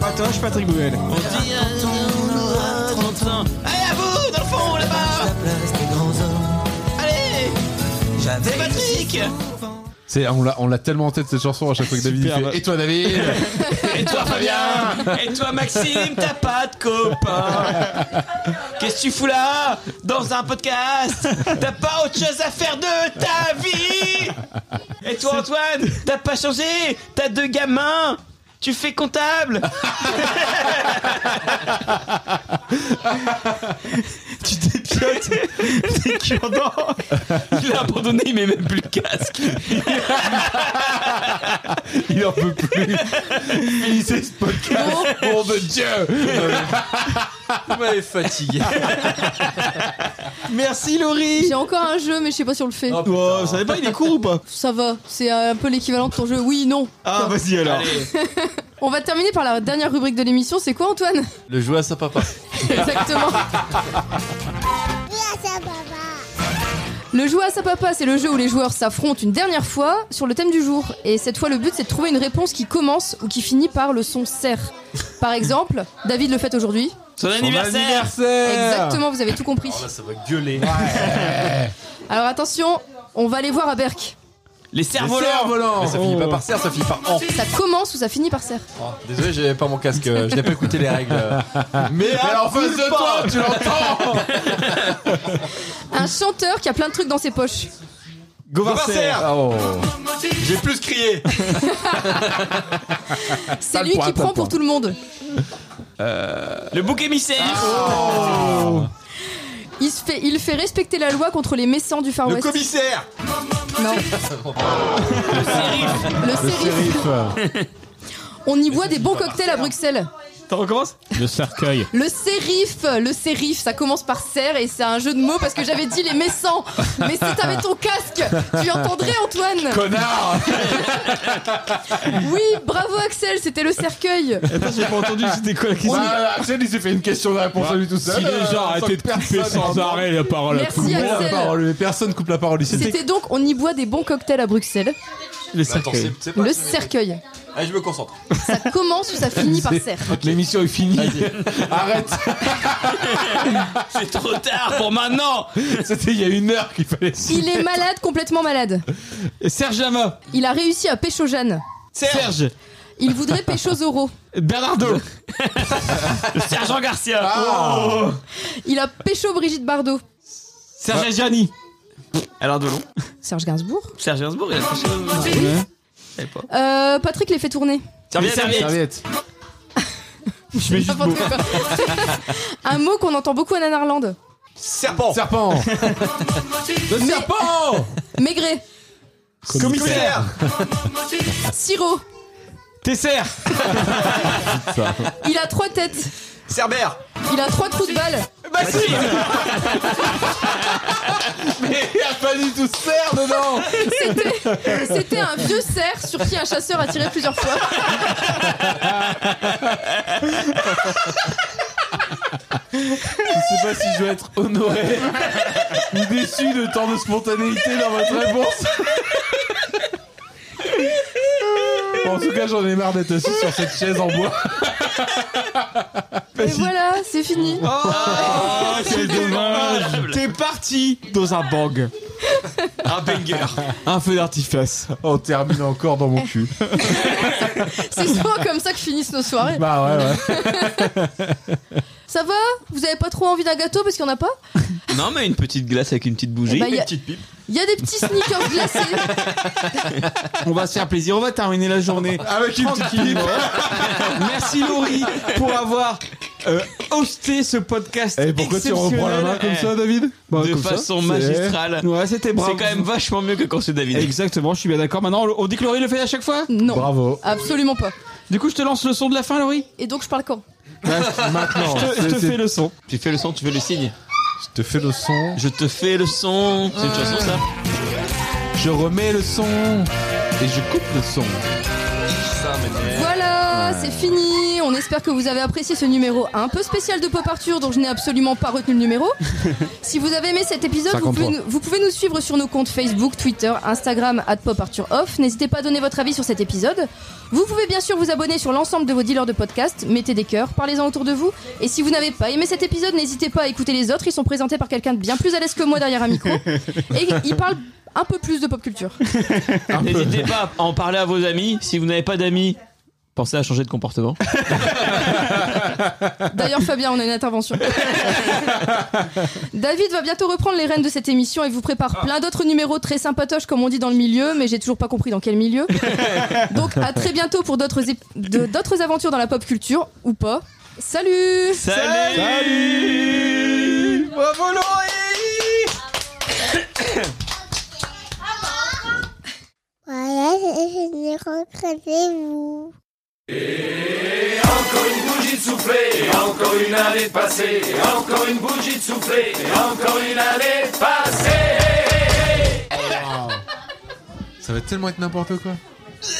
Patoche, Patrick Bruel.
Allez, à vous, dans le fond, là-bas. La place des grands hommes. Allez. C'est Patrick.
C'est, on l'a, on l'a tellement en tête cette chanson à chaque fois que David il
Superbe.
fait. Et toi David
Et toi, Fabien Et toi, Maxime, t'as pas de copain Qu'est-ce que tu fous là Dans un podcast T'as pas autre chose à faire de ta vie Et toi, Antoine, t'as pas changé T'as deux gamins Tu fais comptable
Tu dépiotes des cure-dents.
Il a abandonné, il met même plus le casque.
Il en peut plus. Finissez ce podcast. Bon de Dieu.
Vous m'avez fatigué.
Merci Laurie
J'ai encore un jeu, mais je sais pas si on le fait.
Oh, ça savez pas, il est court ou pas
Ça va, c'est un peu l'équivalent de ton jeu. Oui, non.
Ah, vas-y alors.
On va terminer par la dernière rubrique de l'émission. C'est quoi, Antoine
Le jouet à sa papa.
Exactement. Le jeu à sa papa, c'est le jeu où les joueurs s'affrontent une dernière fois sur le thème du jour. Et cette fois, le but, c'est de trouver une réponse qui commence ou qui finit par le son serre. Par exemple, David le fait aujourd'hui.
Son
anniversaire.
Exactement, vous avez tout compris.
Ça va gueuler.
Alors attention, on va aller voir à Berck.
Les cerfs-volants
Mais ça finit pas
Oh.
par serre, ça finit par en.
Ça commence ou ça finit par serre.
Ah,
Oh, désolé, j'avais pas mon casque, euh, je n'ai pas écouté les règles. euh, Mais
en face de toi, tu
l'entends
Un chanteur qui a plein de trucs dans ses poches.
Govarcer
Oh.
J'ai plus crié
C'est lui qui prend pour tout le monde.
Le bouc émissaire
Il, se fait, il fait respecter la loi contre les méchants du Far
Le
West.
commissaire
Non. Le
Le
shérif.
shérif.
On y boit des bons cocktails à Bruxelles.
T'en recommences
Le cercueil.
Le sérif, le sérif, ça commence par serre et c'est un jeu de mots parce que j'avais dit les méchants. Mais si t'avais ton casque, tu entendrais Antoine.
Connard
Oui, bravo Axel, c'était le cercueil.
Attends, j'ai pas entendu, c'était quoi la question
Ah, Axel, il s'est fait une question de réponse à lui tout seul.
Si les
euh, sans
gens arrêtaient de
que
couper
personne-
sans arrêt la parole à
Merci,
tout le monde.
Axel.
La parole, mais personne coupe la parole ici.
C'était donc on y boit des bons cocktails à Bruxelles.
Le
Attends,
cercueil.
c'est- c'est pas-
Le cercueil.
Allez, je me concentre.
Ça commence ou ça finit par serre.
L'émission est finie. Arrête.
C'est trop tard pour maintenant
C'était il y a une heure qu'il fallait.
Il est malade, complètement malade.
Serge Lama.
Il a réussi à pécho Jeanne.
Serge.
Il voudrait pécho Zoro.
Bernardo.
Le sergent Garcia
Il a pécho Brigitte Bardot.
Serge Adjani.
Alors Delon
Serge Gainsbourg.
Serge Gainsbourg, il a touché
Euh, Patrick les fait tourner.
Serviette, serviette.
Serviette.
Je mets juste beau.
Un mot qu'on entend beaucoup en Nanarlande.
Serpent
Serpent.
Le serpent Maigret,
Commissaire
Siro,
Tesser.
il a trois têtes,
Cerbère
il a trois trous de balle,
Il n'y a pas du tout serre dedans
c'était c'était un vieux cerf sur qui un chasseur a tiré plusieurs fois.
Je sais pas si je vais être honoré ou déçu de tant de spontanéité dans votre réponse. Bon, en tout cas, j'en ai marre d'être assis sur cette chaise en bois.
Et voilà, c'est fini.
Oh, c'est dommage. T'es parti dans un bang.
Un banger
Un feu d'artifice.
On Oh, termine encore dans mon cul.
C'est souvent comme ça que finissent nos soirées.
Bah ouais, ouais.
Ça va Vous avez pas trop envie d'un gâteau parce qu'il y en a pas
Non mais une petite glace avec une petite
Eh
bougie.
ben, y a-
Petite pipe.
Il y a des petits sneakers glacés.
On va se faire plaisir, on va terminer la journée.
Avec une petite pipe.
Merci Laurie pour avoir euh, hosté ce podcast.
Et pourquoi tu reprends la main comme ça, David Bah,
de
comme ça,
façon
c'est-
magistrale.
Ouais, c'était bravo.
C'est quand même vachement mieux que quand c'est David.
Exactement, je suis bien d'accord. Maintenant, on dit que Laurie le fait à chaque fois
Non,
Bravo.
absolument pas.
Du coup, je te lance le son de la fin, Laurie
Et donc je parle quand
Maintenant,
Je te- je te
c'est- c'est-
fais le son.
Tu fais le son, tu fais le signe.
je te fais le son.
Je te fais le son. C'est une chanson ça
Je remets le son. Et je coupe le son.
Voilà, c'est fini. On espère que vous avez apprécié ce numéro un peu spécial de Pop Arthur dont je n'ai absolument pas retenu le numéro. si vous avez aimé cet épisode, vous pouvez,
53.
nous, vous pouvez nous suivre sur nos comptes Facebook, Twitter, Instagram, at Pop Arthur Off. N'hésitez pas à donner votre avis sur cet épisode. Vous pouvez bien sûr vous abonner sur l'ensemble de vos dealers de podcasts, mettez des cœurs, parlez-en autour de vous. Et si vous n'avez pas aimé cet épisode, n'hésitez pas à écouter les autres. Ils sont présentés par quelqu'un de bien plus à l'aise que moi derrière un micro. Et ils parlent un peu plus de pop culture.
N'hésitez pas à en parler à vos amis. Si vous n'avez pas d'amis, pensez à changer de comportement.
D'ailleurs, Fabien, on a une intervention. David va bientôt reprendre les rênes de cette émission et vous prépare plein d'autres numéros très sympatoches, comme on dit dans le milieu, mais j'ai toujours pas compris dans quel milieu. Donc, à très bientôt pour d'autres ép- de- d'autres aventures dans la pop culture, ou pas. Salut
Salut,
Bravo, Laurie
Voilà, je vais rencontrer vous.
Encore une bougie de soufflé, et encore une année de passée, et encore une bougie de soufflé, et encore une année de passée.
Ça va tellement être n'importe quoi. Qui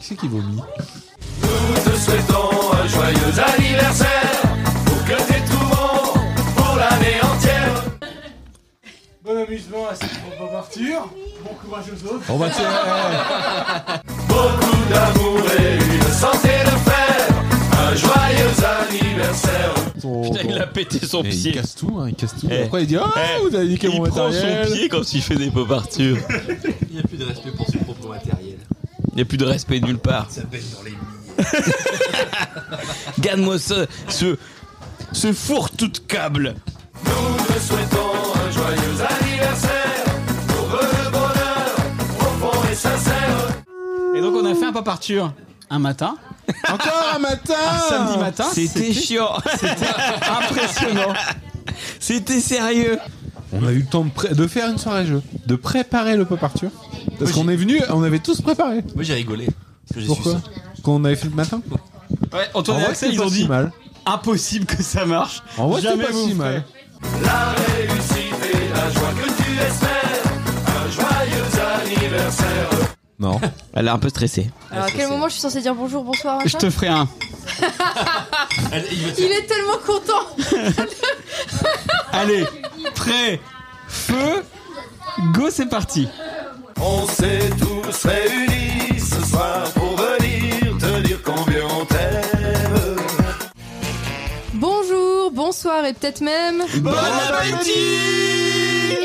c'est qui vomit
Nous te souhaitons un joyeux anniversaire, pour que tes trouvons pour l'année entière.
Bon amusement à cette propre Arthur. Bon courage aux autres. On va tiens, euh,
Beaucoup d'amour et une santé de fer, un joyeux anniversaire.
ton.
Putain, il a pété son
Mais
pied.
Il casse tout, hein, il casse tout.
Eh.
Après, il
oh,
dit Ah,
Eh,
vous avez niqué
il
mon
prend
matériel.
son pied quand il fait des pots partures.
Il n'y a plus de respect pour son propre matériel.
Il n'y a plus de respect nulle part.
Ça baigne dans les mines.
Garde-moi ça, ce, ce four tout de câble.
Nous te souhaitons un joyeux anniversaire. Pour le bonheur, profond et sincère.
Et donc on a fait un pas parture un matin.
Encore un matin
Un samedi matin.
C'était chiant.
impressionnant.
C'était sérieux.
On a eu le temps de, pré- de faire une soirée jeu, de préparer le pop Arthur. Parce qu'on est venu, on avait tous préparé.
Moi j'ai rigolé. Parce que j'ai su
Pourquoi
ça.
Quand on avait fait le matin
Ouais,
En
Antoine et
vrai,
Axel,
c'est
ils
pas
ont
si
dit
mal.
impossible que ça marche.
En vrai, c'est
Jamais
pas
vous
si
ferez.
mal.
La réussite et la joie que tu espères. Un joyeux anniversaire.
Non.
Elle est un peu stressée.
Alors à quel moment je suis censé dire bonjour, bonsoir
Je
machin
te ferai un.
Il est tellement content
Allez, prêt, feu, go, c'est parti.
On s'est tous réunis ce soir pour venir te dire combien on t'aime.
Bonjour, bonsoir et peut-être même.
Bon appétit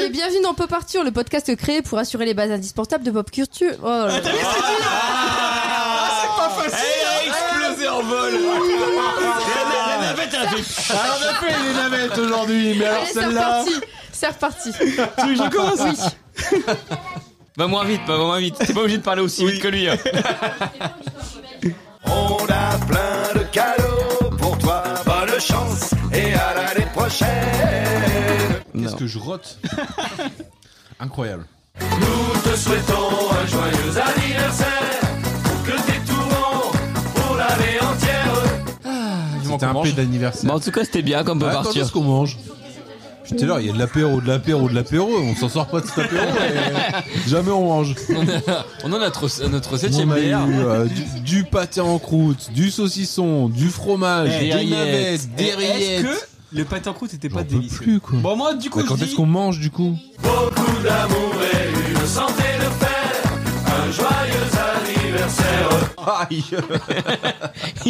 Et bienvenue dans Pop Arthur, le podcast créé pour assurer les bases indispensables de pop culture. Oh là là.
Pas facile.
Elle a explosé en vol. La navette, elle a fait-
Alors, on a fait les navettes aujourd'hui, mais alors
Allez, c'est
celle-là.
reparti. C'est reparti.
Tu veux que je commence
Va moins vite, va moins vite. T'es pas obligé de parler aussi vite que lui. hein.
On a plein de cadeaux pour toi, bonne chance et à l'année prochaine.
Qu'est-ce que je rote Incroyable.
Nous te souhaitons un joyeux anniversaire, pour que t'es tout rond pour l'année entière.
C'était un peu
Bon,
d'anniversaire.
en tout cas, c'était bien comme peut
Bah, Attends,
partir.
ce qu'on mange. Putain, alors, il y a de l'apéro, de l'apéro, de l'apéro. On s'en sort pas de cet apéro. et jamais on mange.
On en a notre, notre
On
septième
a eu
bière.
euh, du, du pâté en croûte, du saucisson, du fromage,
Eh,
des
rillettes.
navettes, des
Est-ce
rillettes.
que le pâté en croûte était pas
J'en peux
délicieux
plus, quoi.
Bon, moi, du coup,
Bah,
je
quand
dis-
est-ce qu'on mange du coup
Beaucoup d'amour et une santé de fer, un joyeux anniversaire.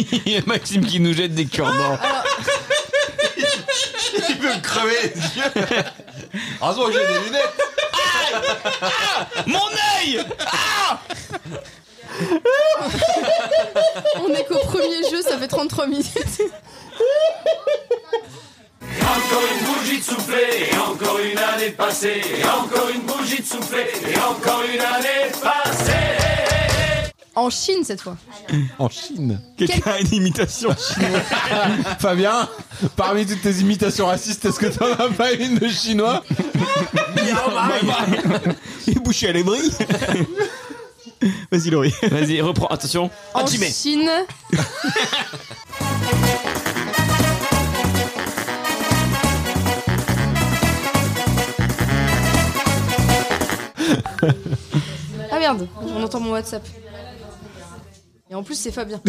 Aïe
Il y a Maxime qui nous jette des cure-dents.
Ah,
Il veut me crever les yeux. Heureusement que Ah, j'ai des lunettes.
Mon œil
On est qu'au premier jeu, ça fait 33 minutes.
Encore une bougie de soufflé, et encore une année passée, et encore une bougie de soufflé, et encore une année passée.
En Chine cette fois.
En Chine.
Quelqu'un a une imitation chinoise.
Fabien, parmi toutes tes imitations racistes, est-ce que t'en as pas une de chinois
Il est bouché à l'ébris. Vas-y, Laurie.
Vas-y, reprends. Attention.
En
Intimé.
Chine. Ah merde, on entend mon WhatsApp. Et en plus c'est Fabien.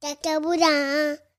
Cacaboudin.